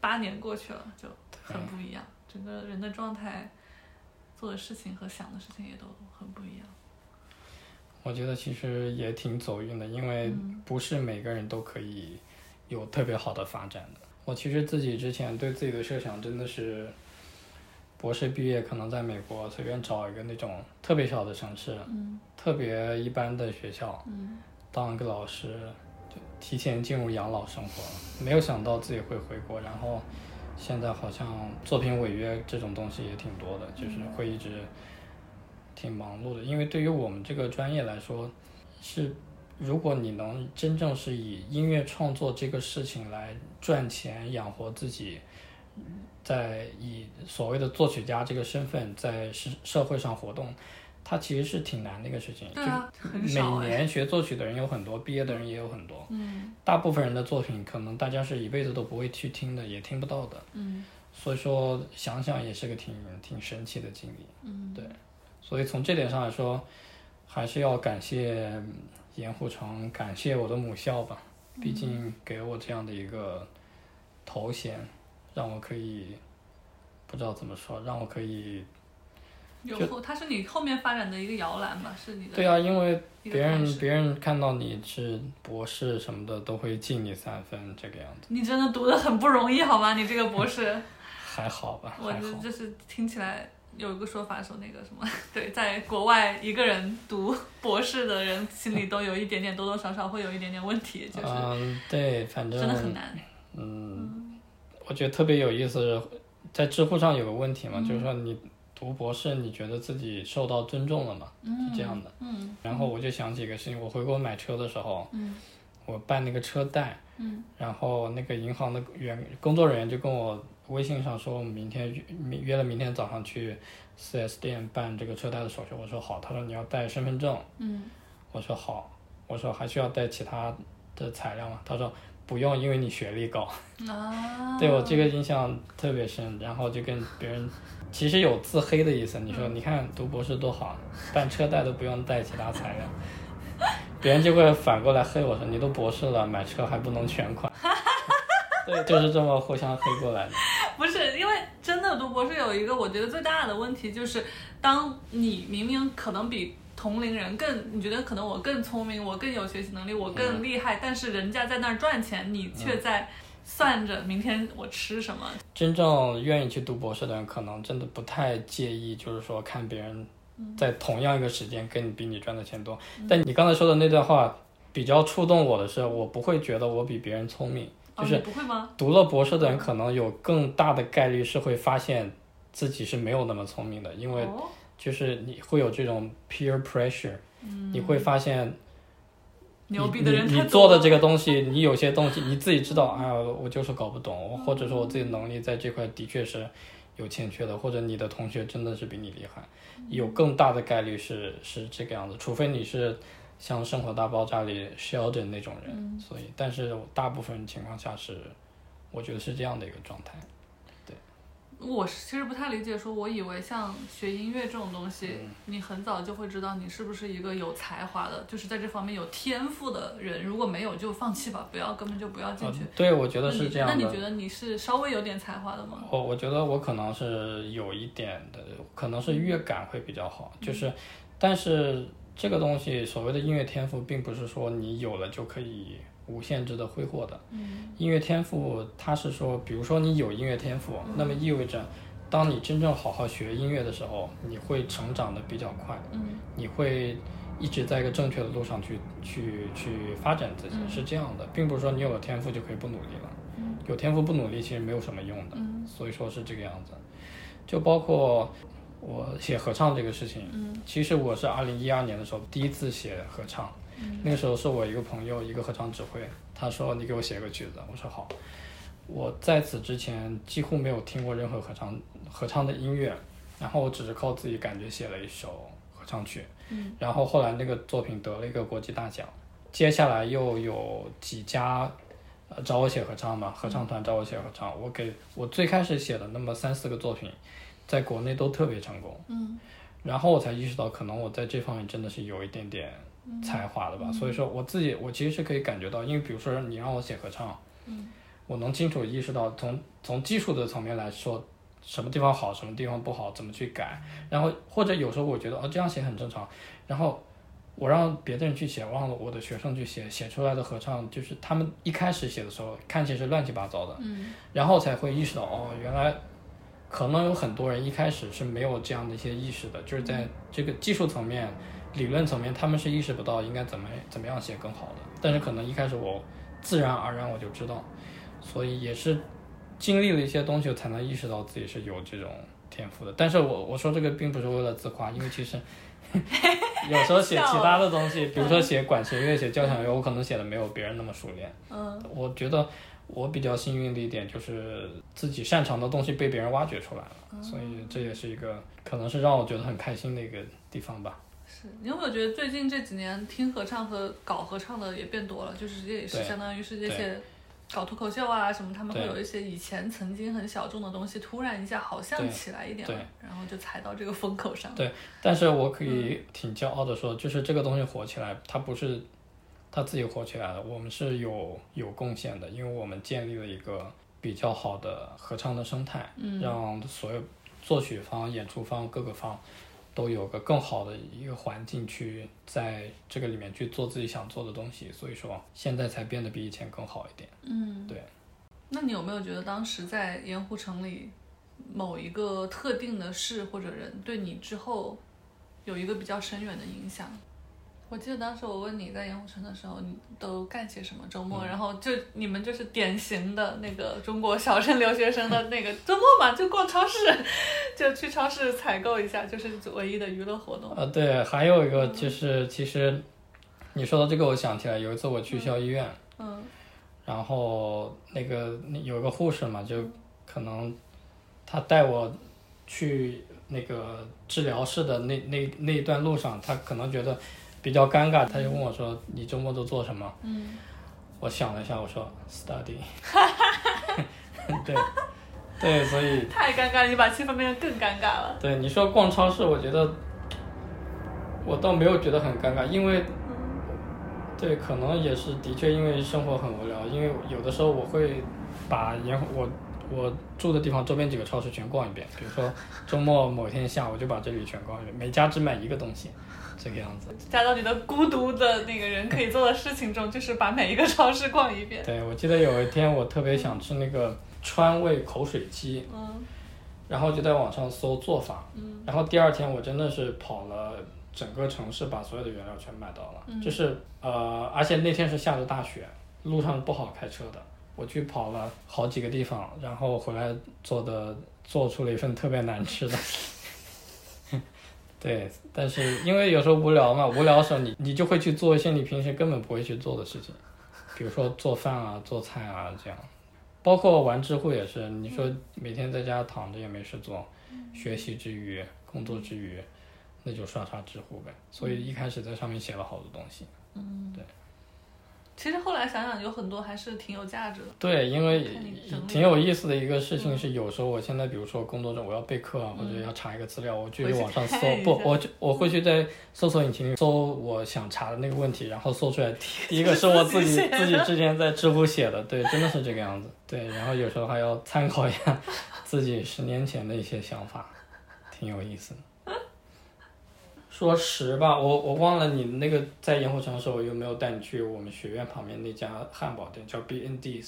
S1: 八年过去了，就很不一样，整个人的状态、做的事情和想的事情也都很不一样。
S2: 我觉得其实也挺走运的，因为
S1: 嗯
S2: 不是每个人都可以有特别好的发展的。我其实自己之前对自己的设想真的是，博士毕业可能在美国随便找一个那种特别小的城市，
S1: 嗯
S2: 特别一般的学校，当一个老师，就提前进入养老生活了。没有想到自己会回国，然后现在好像作品违约这种东西也挺多的，就是会一直挺忙碌的，因为对于我们这个专业来说，是如果你能真正是以音乐创作这个事情来赚钱养活自己，在以所谓的作曲家这个身份在社社会上活动，它其实是挺难的一个事情。
S1: 对啊，很
S2: 每
S1: 少哎。
S2: 年学作曲的人有很多，毕业的人也有很多。嗯，大部分人的作品可能大家是一辈子都不会去听的，也听不到的。
S1: 嗯，
S2: 所以说想想也是个挺挺神奇的经历。
S1: 嗯，
S2: 对，所以从这点上来说，还是要感谢嗯盐湖城，感谢我的母校吧，
S1: 嗯
S2: 毕竟给了我这样的一个头衔，让我可以不知道怎么说，让我可以
S1: 有后，它是你后面发展的一个摇篮吧，是你的
S2: 对啊，因为
S1: 一个
S2: 别
S1: 开
S2: 人
S1: 始。
S2: 别人看到你是博士什么的，都会敬你三分，这个样子
S1: 你真的读的很不容易，好吗？你这个博
S2: *laughs*
S1: 士。
S2: 还好吧？
S1: 我
S2: 还
S1: 就
S2: 好。
S1: 就是听起来有一个说法说那个什么，对，在国外一个人读博士的人心里都有一点点多多少少会有一点点问题，就是
S2: 啊嗯，对，反
S1: 真的很嗯
S2: 正
S1: 难。
S2: 嗯，我觉得特别有意思。在知乎上有个问题嘛，就是说你读博士，你觉得自己受到尊重了吗？是这样的。
S1: 嗯
S2: 然后我就想起一个事情，我回国买车的时候，
S1: 嗯
S2: 我办那个车贷，
S1: 嗯
S2: 然后那个银行的员工作人员就跟我微信上说，我们明天约明约了明天早上去 4S 店办这个车贷的手续。我说好，他说你要带身份证，
S1: 嗯
S2: 我说好，我说还需要带其他的材料吗？他说不用，因为你学历高。
S1: 啊，
S2: 对我这个印象特别深，然后就跟别人其实有自黑的意思。你说，你看读博士多好，办车贷都不用带其他材料，别人就会反过来黑我说你都博士了，买车还不能全款。 *laughs* 对，就是这么互相黑过来的。
S1: *laughs* 不是，因为真的读博士有一个我觉得最大的问题就是，当你明明可能比同龄人更，你觉得可能我更聪明，我更有学习能力，我
S2: 嗯
S1: 更厉害，但是人家在那儿赚钱，你却在算着明天我吃什么。
S2: 真正愿意去读博士的人，可能真的不太介意，就是说看别人在同样一个时间跟你比你赚的钱多。但你刚才说的那段话比较触动我的是，我不会觉得我比别人聪明，就
S1: 哦，
S2: 是
S1: 你不会吗？
S2: 读了博士的人，可能有更大的概率是会发现自己是没有那么聪明的，因为
S1: 哦
S2: 就是你会有这种 peer pressure，、你会发现你
S1: 牛逼的人
S2: 你
S1: 太
S2: 你做
S1: 多
S2: 的
S1: 了
S2: 这个东西，你有些东西你自己知道，哎呀，我就是搞不懂，或者说我自己能力在这块的确是有欠缺的，或者你的同学真的是比你厉害，
S1: 嗯
S2: 有更大的概率是是这个样子，除非你是像《生活大爆炸》里 Sheldon 那种人，
S1: 嗯
S2: 所以，但是大部分情况下是，我觉得是这样的一个状态。
S1: 我是其实不太理解，说我以为像学音乐这种东西，
S2: 嗯
S1: 你很早就会知道你是不是一个有才华的，就是在这方面有天赋的人。如果没有就放弃吧，不要根本就不要进
S2: 呃
S1: 去。
S2: 对，我觉得
S1: 那
S2: 是
S1: 你
S2: 这样的。
S1: 那你觉得你是稍微有点才华的吗？
S2: 哦我我觉得我可能是有一点的，可能
S1: 嗯
S2: 是乐感会比较好，就是，但是这个东西所谓的音乐天赋，并不是说你有了就可以无限制的挥霍的。
S1: 嗯
S2: 音乐天赋，它是说，比如说你有音乐天赋，
S1: 嗯
S2: 那么意味着，当你真正好好学音乐的时候，你会成长的比较快，
S1: 嗯
S2: 你会一直在一个正确的路上去去去发展自己，是这样的，并不是说你有了天赋就可以不努力了。
S1: 嗯
S2: 有天赋不努力其实没有什么用的，
S1: 嗯
S2: 所以说是这个样子。就包括我写合唱这个事情，
S1: 嗯
S2: 其实我是二零一二年的时候第一次写合唱，
S1: 嗯
S2: 那个时候是我一个朋友，一个合唱指挥，他说你给我写个曲子，我说好。我在此之前几乎没有听过任何合唱合唱的音乐，然后我只是靠自己感觉写了一首合唱曲，
S1: 嗯
S2: 然后后来那个作品得了一个国际大奖，接下来又有几家。呃，找我写合唱嘛，合唱团找我写合唱，我给我最开始写的那么三四个作品，在国内都特别成功，
S1: 嗯
S2: 然后我才意识到，可能我在这方面真的是有一点点
S1: 嗯
S2: 才华的吧。所以说，我自己我其实是可以感觉到，因为比如说你让我写合唱，
S1: 嗯
S2: 我能清楚意识到从从技术的层面来说，什么地方好，什么地方不好，怎么去改。然后或者有时候我觉得哦这样写很正常，然后我让别的人去写，我让我的学生去写，写出来的合唱就是他们一开始写的时候看起来是乱七八糟的，
S1: 嗯
S2: 然后才会意识到哦，原来可能有很多人一开始是没有这样的一些意识的，就是
S1: 嗯
S2: 在这个技术层面、理论层面，他们是意识不到应该怎么怎么样写更好的。但是可能一开始我自然而然我就知道，所以也是经历了一些东西，我才能意识到自己是有这种天赋的。但是我我说这个并不是为了自夸，因为其实。有时候写其他的东西，比如说写管弦乐、写交响乐，我可能写的没有别人那么熟练。
S1: 嗯
S2: 我觉得我比较幸运的一点就是自己擅长的东西被别人挖掘出来了，所以这也是一个可能是让我觉得很开心的一个地方吧。
S1: 是你有没有觉得最近这几年听合唱和搞合唱的也变多了？就是这也是
S2: 对
S1: 相当于是这
S2: 对
S1: 些搞脱口秀啊什么，他们会
S2: 对
S1: 有一些以前曾经很小众的东西，突然一下好像
S2: 对
S1: 起来一点
S2: 对
S1: 了，然后就踩到这个风口上。
S2: 对，但是我可以挺骄傲的说，就是这个东西火起来，它不是它自己火起来的，我们是有有贡献的，因为我们建立了一个比较好的合唱的生态，
S1: 嗯
S2: 让所有作曲方、演出方各个方都有个更好的一个环境去在这个里面去做自己想做的东西，所以说现在才变得比以前更好一点。
S1: 嗯，
S2: 对。
S1: 那你有没有觉得当时在盐湖城里某一个特定的事或者人对你之后有一个比较深远的影响？我记得当时我问你在盐湖城的时候，你都干些什么周
S2: 嗯
S1: 末？然后就你们就是典型的那个中国小镇留学生的那个周末嘛，就逛超市， *laughs* 就去超市采购一下，就是唯一的娱乐活动。
S2: 呃，对，还有一个就是，其实你说到这个，我想起来有一次我去校医院，
S1: 嗯
S2: 然后那个那有个护士嘛，就可能她带我去那个治疗室的那那那一段路上，她可能觉得比较尴尬，她就问我说：“你周末都做什么
S1: 嗯，？”
S2: 我想了一下，我说：“study。”对，对，所以
S1: 太尴尬了，你把气氛变得更尴尬了。
S2: 对你说逛超市，我觉得我倒没有觉得很尴尬，因为对，可能也是的确因为生活很无聊，因为有的时候我会把沿我我住的地方周边几个超市全逛一遍，比如说周末某天下午就把这里全逛一遍，每家只买一个东西，这个样子。
S1: 加到你的孤独的那个人可以做的事情中，就是把每一个超市逛一遍。
S2: 对，我记得有一天我特别想吃那个川味口水 *laughs* 鸡，
S1: 嗯
S2: 然后就在网上搜做法，
S1: 嗯
S2: 然后第二天我真的是跑了整个城市，把所有的原料全买到了。
S1: 嗯
S2: 就是呃，而且那天是下着大雪，路上不好开车的。我去跑了好几个地方，然后回来做的做出了一份特别难吃的。 *laughs* 对，但是因为有时候无聊嘛，无聊的时候你你就会去做一些你平时根本不会去做的事情，比如说做饭啊、做菜啊这样，包括玩知乎也是，你说每天在家躺着也没事做，学习之余、工作之余，那就刷刷知乎呗。所以一开始在上面写了好多东西。
S1: 嗯，对。其实后来想想，有很多还是挺有价值的。
S2: 对，因为
S1: 看你整理嗯
S2: 挺有意思的一个事情是，有时候我现在比如说工作中我要备课啊，或者要查一个资料，我就
S1: 回去
S2: 网上搜
S1: 看一，
S2: 不
S1: 下，嗯
S2: 我就我会去在搜索引擎里搜我想查的那个问题，然后搜出来
S1: *laughs*
S2: 第第一个是我自己
S1: 自己写的
S2: 自己之前在知乎写的，对，真的是这个样子。对，然后有时候还要参考一
S1: *laughs*
S2: 下自己十年前的一些想法，挺有意思的。说实吧，我我忘了你那个在盐湖城的时候，我有没有带你去我们学院旁边那家汉堡店，叫 B N D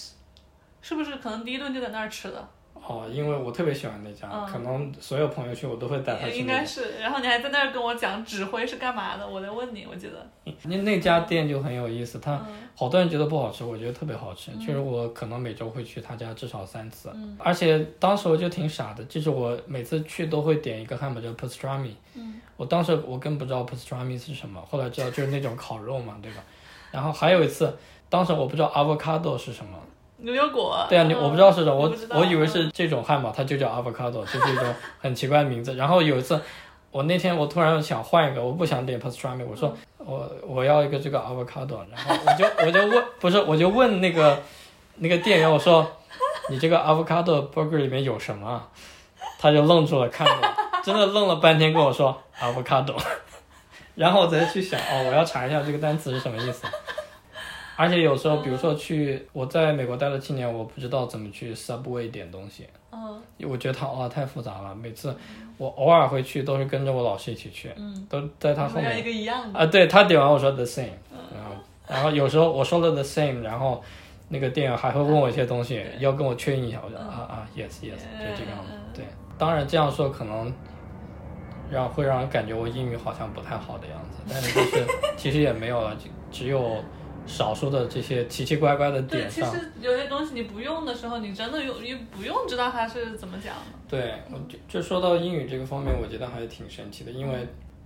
S1: 是不是可能第一顿就在那儿吃的？
S2: 哦，因为我特别喜欢那家，
S1: 嗯
S2: 可能所有朋友去我都会带他
S1: 也
S2: 去
S1: 应
S2: 那
S1: 该
S2: 家。
S1: 是。然后你还在那儿跟我讲指挥是干嘛的，我在问你，我记得。
S2: 那那家店就很有意思，它
S1: 嗯
S2: 好多人觉得不好吃，我觉得特别好吃。
S1: 嗯
S2: 就是我可能每周会去他家至少三次，
S1: 嗯
S2: 而且当时我就挺傻的，就是我每次去都会点一个汉堡叫 pastrami，
S1: 嗯
S2: 我当时我根本不知道 pastrami 是什么，后来知道就是那种烤肉嘛，对吧？然后还有一次，当时我不知道 avocado 是什么，
S1: 牛油果。
S2: 对啊，你
S1: 嗯
S2: 我不知道 *laughs* 是什么，
S1: 我
S2: 我
S1: 不知道
S2: 我以为是这种汉堡，它就叫 avocado，就是一 *laughs* 种很奇怪的名字。然后有一次，我那天我突然想换一个，我不想点 pastrami，我说
S1: 嗯
S2: 我我要一个这个 avocado，然后我就我就问，不是，我就问那个那个店员，我说你这个 avocado burger 里面有什么啊？他就愣住了，看着我，真的愣了半天，跟我说 avocado，然后我才去想，哦，我要查一下这个单词是什么意思。而且有时候，比如说去我在美国待了七年，我不知道怎么去 Subway 点东西，
S1: 嗯
S2: 我觉得它哦太复杂了。每次我偶尔会去，都是跟着我老师一起去，
S1: 嗯，
S2: 都在他
S1: 我
S2: 后
S1: 们要一
S2: 面
S1: 个一样的。嗯
S2: 啊。对他点完我说 the same，然后然后有时候我说了 the same，然后那个店员还会问我一些东西，要跟我确认一下，我就
S1: 嗯
S2: 啊啊 yes yes，
S1: 嗯
S2: 就这个样子
S1: 嗯嗯。
S2: 对，当然这样说可能让会让人感觉我英语好像不太好的样子，但是就是其实也没有了，只只有。少数的这些奇奇怪怪的
S1: 对，
S2: 点
S1: 其
S2: 上，
S1: 实有些东西你不用的时候，你真的用，你不用知道它是怎么讲的。
S2: 对，我就就说到英语这个方面，我觉得还挺神奇的，因为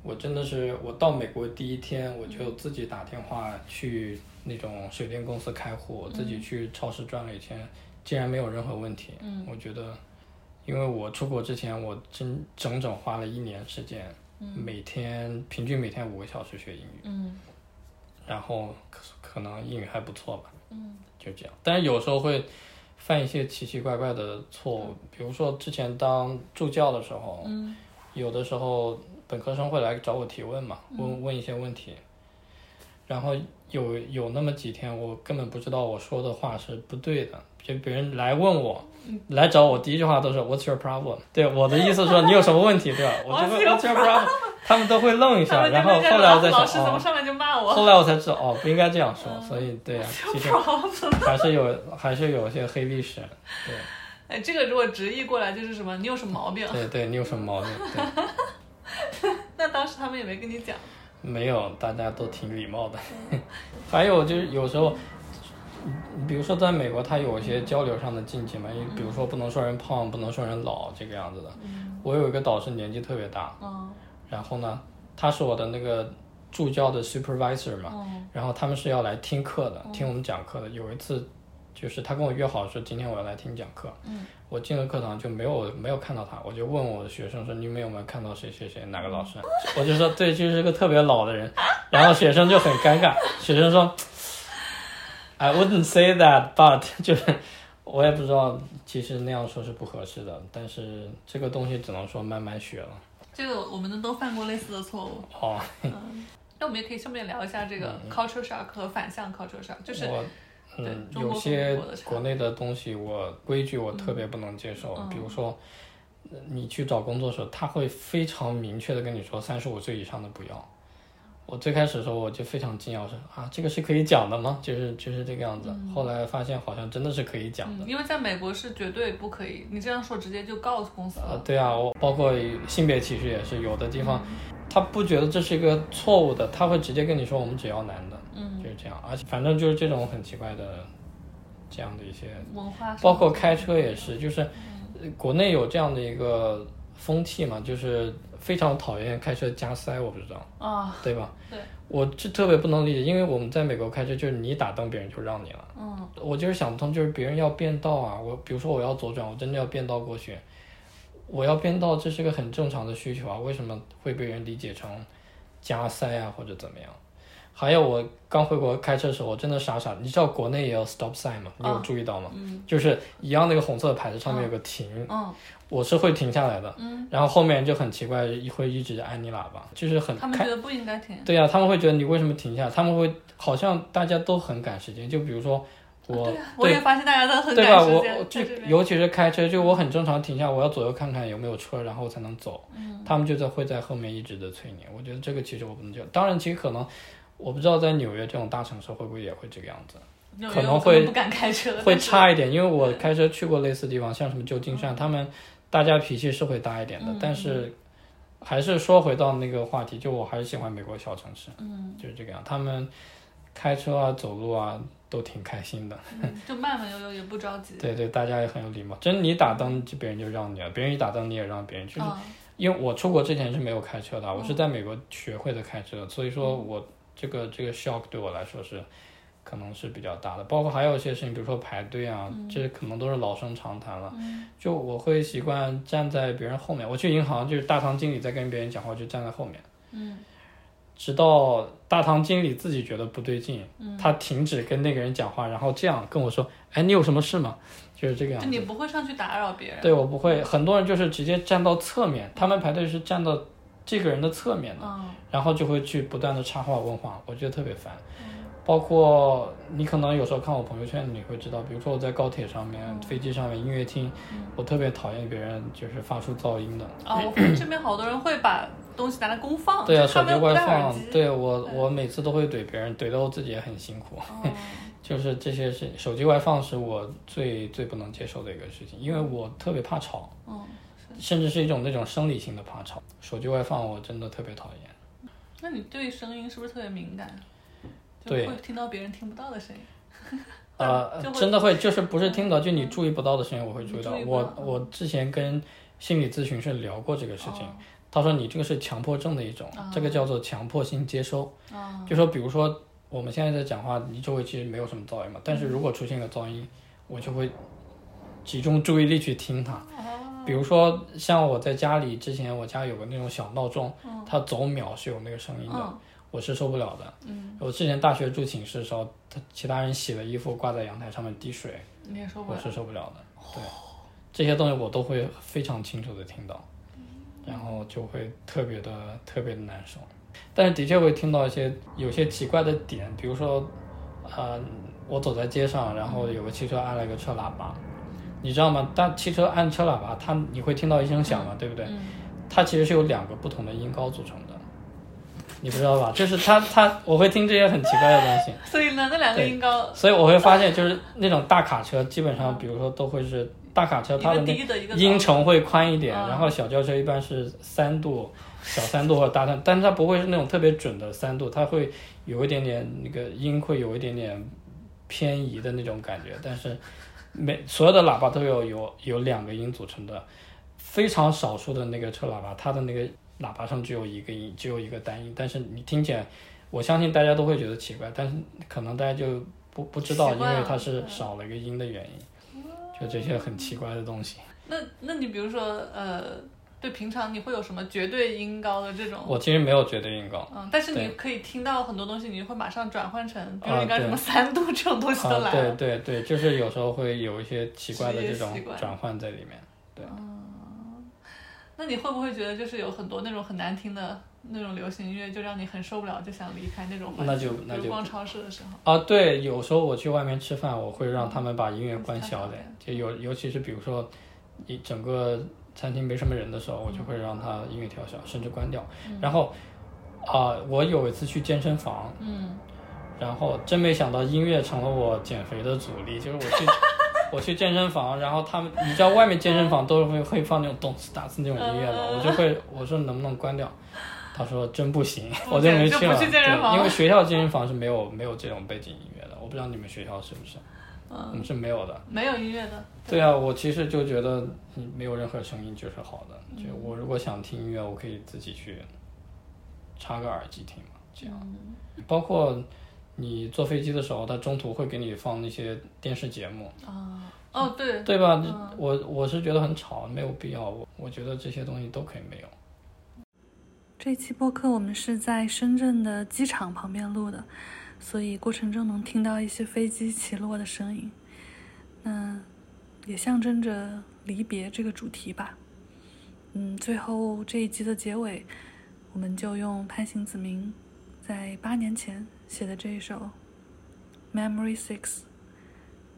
S2: 我真的是我到美国第一天，我就自己打电话去那种水电公司开户，我自己去超市转了一圈，竟然没有任何问题。
S1: 嗯，
S2: 我觉得，因为我出国之前，我真整整花了一年时间，每天平均每天五个小时学英语，
S1: 嗯
S2: 然后可可能英语还不错吧。
S1: 嗯
S2: 就这样。但是有时候会犯一些奇奇怪怪的错误，比如说之前当助教的时候，
S1: 嗯
S2: 有的时候本科生会来找我提问嘛，
S1: 嗯
S2: 问问一些问题，然后有有那么几天我根本不知道我说的话是不对的，就别人来问我。
S1: 嗯
S2: 来找我第一句话都是 What's your problem？对我的意思是说你有什么问题，对吧？我就
S1: What's
S2: 会
S1: your
S2: What's your problem？他们都会愣一
S1: 他
S2: 下，
S1: 们就
S2: 然后
S1: 会这
S2: 后
S1: 样
S2: 来我在想，
S1: 老师怎么
S2: 哦，
S1: 上来就骂我？嗯
S2: 后来我才知道哦，不应该这样说，所以对呀、啊其实还是有还是有一些黑历史，对
S1: *laughs* 哎，这个如果直译过来就是什么？你有什么毛病？
S2: 对对，你有什么毛病？对，
S1: *laughs* 那当时他们也没跟你讲。
S2: 没有，大家都挺礼貌的。
S1: 嗯
S2: *laughs* 还有就是有时候，嗯比如说在美国，它有一些交流上的禁忌嘛，因为
S1: 嗯
S2: 比如说不能说人胖，不能说人老这个样子的。我有一个导师年纪特别大，
S1: 嗯
S2: 然后呢，他是我的那个助教的 supervisor 嘛，然后他们是要来听课的，听我们讲课的。有一次，就是他跟我约好说今天我要来听讲课，我进了课堂就没有没有看到他，我就问我的学生说你们有没有看到谁谁谁哪个老师？我就说对，就是个特别老的人，然后学生就很尴尬，学生说 *laughs* I wouldn't say that but 就是。我也不知道，其实那样说是不合适的，但是这个东西只能说慢慢学了。
S1: 这个我们都犯过类似的错误。
S2: 哦，
S1: 那我们也可以顺便聊一下这
S2: 嗯
S1: 个 culture shock 和反向 culture shock，就是
S2: 我，
S1: 对
S2: 嗯，
S1: 中国
S2: 有
S1: 和
S2: 些
S1: 美国的差嗯
S2: 国内的东西我规矩我特别不能接受，比如说。呃你去找工作的时候，他会非常明确的跟你说，三十五岁以上的不要。我最开始的时候我就非常惊讶，我说啊，这个是可以讲的吗？就是就是这个样子。后来发现好像真的是可以讲的。
S1: 嗯，因为在美国是绝对不可以，你这样说直接就告诉公司
S2: 啊
S1: 了。，
S2: 对啊，我包括性别歧视也是，有的地方
S1: 嗯
S2: 他不觉得这是一个错误的，他会直接跟你说我们只要男的，嗯，就是这样。而且反正就是这种很奇怪的，这样的一些，
S1: 文化上
S2: 包括开车也是，就是呃国内有这样的一个风气嘛，就是非常讨厌开车加塞，我不知道，
S1: 啊，
S2: 对吧？
S1: 对，
S2: 我这特别不能理解，因为我们在美国开车就是你打灯，别人就让你了。
S1: 嗯，
S2: 我就是想不通，就是别人要变道啊，我比如说我要左转，我真的要变道过去，我要变道，这是个很正常的需求啊，为什么会被人理解成加塞啊或者怎么样？还有我刚回国开车的时候，我真的傻傻，你知道国内也有 stop sign 吗？你有注意到吗？就是一样那个红色的牌子上面有个停，
S1: 嗯嗯
S2: 我是会停下来的，然后后面就很奇怪，会一直按你喇叭，就是很
S1: 他们觉得不应该停。
S2: 对呀、啊他们会觉得你为什么停下？他们会好像大家都很赶时间，就比如说我，
S1: 对啊，我也发现大家 *laughs* 都很
S2: 对吧？
S1: 赶时
S2: 我
S1: 间
S2: 我
S1: 在这边。
S2: 尤其是开车，就我很正常停下，我要左右看看有没有车，然后我才能走。
S1: 嗯
S2: 他们就在会在后面一直的催你，我觉得这个其实我不能接受。当然，其实可能我不知道在纽约这种大城市会不会也会这个样子，
S1: 纽约
S2: 可能
S1: 我
S2: 会
S1: 不敢开车，
S2: 会差一点，因为我开车去过类似地方，像什么旧金山，
S1: 嗯
S2: 他们大家脾气是会大一点的，但是。还是说回到那个话题，就我还是喜欢美国小城市，嗯，就是这个样。他们开车啊、走路啊都挺开心的，
S1: 嗯就慢慢悠悠，也不着急。
S2: 对对，大家也很有礼貌。真你打灯，就别人就让你了；别人一打灯，你也让别人。就是
S1: 嗯
S2: 因为我出国之前是没有开车的，我是在美国学会的开车，所以说我这个这个 shock 对我来说是可能是比较大的。包括还有一些事情，比如说排队啊，这可能都是老生常谈了。就我会习惯站在别人后面，我去银行就是大堂经理在跟别人讲话，我就站在后面。
S1: 嗯
S2: 直到大堂经理自己觉得不对劲，他停止跟那个人讲话，然后这样跟我说：“哎，你有什么事吗？”就是这个样
S1: 就
S2: 子。
S1: 你不会上去打扰别人。
S2: 对我不会，很多人就是直接站到侧面，他们排队是站到这个人的侧面的，
S1: 嗯
S2: 然后就会去不断的插话问话，我觉得特别烦。
S1: 嗯
S2: 包括你可能有时候看我朋友圈，你会知道，比如说我在高铁上面、
S1: 嗯
S2: 飞机上面、音乐厅，我特别讨厌别人就是发出噪音的。
S1: 啊，我们这边好多人会把东西拿来公放，
S2: 对啊，
S1: 就他
S2: 手
S1: 们
S2: 机
S1: 又不
S2: 外
S1: 戴耳
S2: 放
S1: 机。，
S2: 对我我每次都会怼别人，怼得我自己也很辛苦。 *laughs*
S1: 哦，
S2: 就是这些事，手机外放是我最最不能接受的一个事情，因为我特别怕吵，
S1: 嗯，
S2: 甚至是一种那种生理性的怕吵。手机外放我真的特别讨
S1: *laughs*
S2: 厌。
S1: 那你对声音是不是特别敏感？就
S2: 对
S1: 会听到别人听不到的声音。
S2: 呃
S1: 就，会嗯
S2: 真的会，就是不是听不到，就你注意不到的事情，我会
S1: 你
S2: 注意到。
S1: 注意不
S2: 我
S1: 到嗯
S2: 我之前跟心理咨询师聊过这个事情，
S1: 哦
S2: 他说你这个是强迫症的一种，
S1: 哦
S2: 这个叫做强迫性接收。
S1: 啊，
S2: 就说比如说我们现在在讲话，你周围其实没有什么噪音嘛，但是如果出现一个噪音，我就会集中注意力去听它。比如说像我在家里之前，我家有个那种小闹钟，它走秒是有那个声音的，
S1: 嗯
S2: 我是受不了的。我之前大学住寝室的时候，他其他人洗了衣服挂在阳台上面滴水，
S1: 你也说不
S2: 我
S1: 了。哦
S2: 是受不了的。对，这些东西我都会非常清楚的听到，
S1: 嗯
S2: 然后就会特别的特别的难受。但是的确会听到一些有些奇怪的点，比如说，呃，我走在街上，然后有个汽车按了个车喇叭，你知道吗？但汽车按车喇叭，它你会听到一声响嘛，对不对？
S1: 嗯
S2: 它其实是由两个不同的音高组成的，你不知道吧？就是它它，我会听这些很奇怪的东西。
S1: 所以呢，那两个音高
S2: 啊所以我会发现，就是那种大卡车，基本上，比如说都会是大卡车
S1: 一
S2: 它
S1: 个
S2: 的那
S1: 低的一个高
S2: 音程会宽一点，
S1: 嗯
S2: 然后小轿车一般是三度，小三度或者大三，但是它不会是那种特别准的三度，它会有一点点那个音会有一点点偏移的那种感觉，但是每所有的喇叭都有有有两个音组成的，非常少数的那个车喇叭，它的那个喇叭上只有一个音，只有一个单音，但是你听起来，我相信大家都会觉得奇怪，但是可能大家就不不知道，
S1: 习
S2: 因
S1: 惯了嗯
S2: 为它是少了一个音的原因，就这些很奇怪的东西。
S1: 那那你比如说呃，对平常你会有什么绝对音高的这种？
S2: 我其实没有觉得音高。
S1: 嗯，但是你
S2: 对
S1: 可以听到很多东西，你会马上转换成，比如你
S2: 啊
S1: 刚才什么
S2: 对
S1: 三度这种东西都
S2: 啊，
S1: 来
S2: 对
S1: 了。
S2: 对对，就是有时候会有一些奇怪的
S1: 职业
S2: 这
S1: 习
S2: 种
S1: 惯
S2: 转换在里面。
S1: 那你会不会觉得就是有很多那种很难听的那种流行音乐，就让你很受不了，就想离开那种环境？
S2: 那就
S1: 比
S2: 那
S1: 如
S2: 就
S1: 逛超市的时候，
S2: 啊，对，有时候我去外面吃饭，我会让他们把音乐关
S1: 嗯
S2: 小点，就有尤其是比如说，一整个餐厅没什么人的时候，我就会让他音乐调小，甚至关掉。然后，啊、我有一次去健身房，
S1: 嗯，
S2: 然后真没想到音乐成了我减肥的阻力，就是我
S1: *laughs*
S2: 去我去健身房，然后他们你知道外面健身房都会会放那种咚次打次那种音乐嘛，我就会我说能不能关掉，他说真不行，
S1: 嗯不
S2: 我就
S1: 行
S2: 没
S1: 就
S2: 去
S1: 不
S2: 了，
S1: 去健身房
S2: 对，因为学校健身房是没有没有这种背景音乐的，我不知道你们学校是不是，
S1: 嗯
S2: 我们是没有的。
S1: 没有音乐的，
S2: 对啊，我其实就觉得嗯没有任何声音就是好的，就我如果想听音乐，我可以自己去插个耳机听嘛，这样。包括你坐飞机的时候，它中途会给你放那些电视节目，
S1: 啊、哦，对，
S2: 对吧？我我是觉得很吵，没有必要。我我觉得这些东西都可以没有。
S3: 这期播客我们是在深圳的机场旁边录的，所以过程中能听到一些飞机起落的声音，那也象征着离别这个主题吧。嗯，最后这一集的结尾，我们就用潘行子明在八年前写的这一首《Memory Six: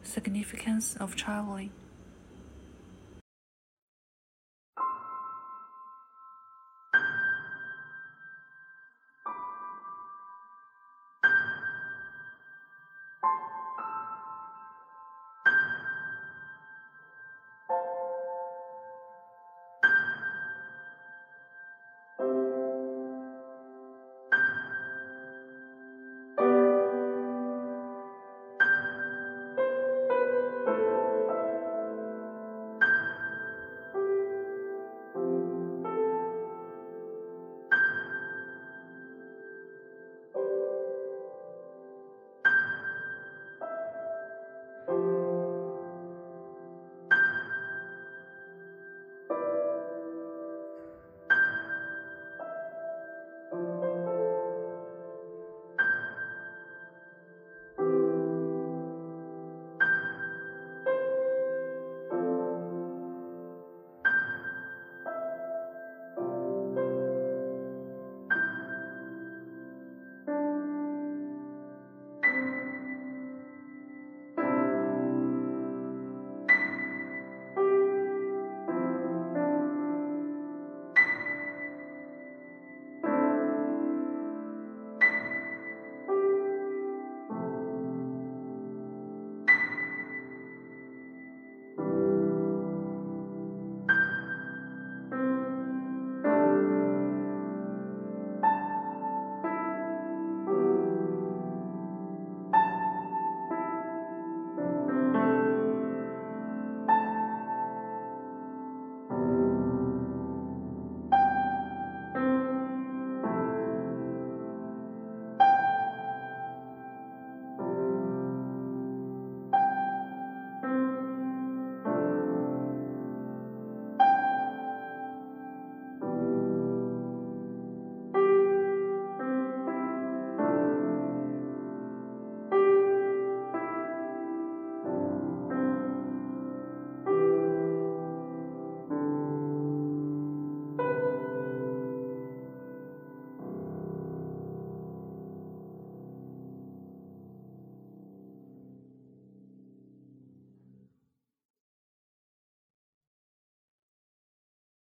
S3: Significance of Traveling》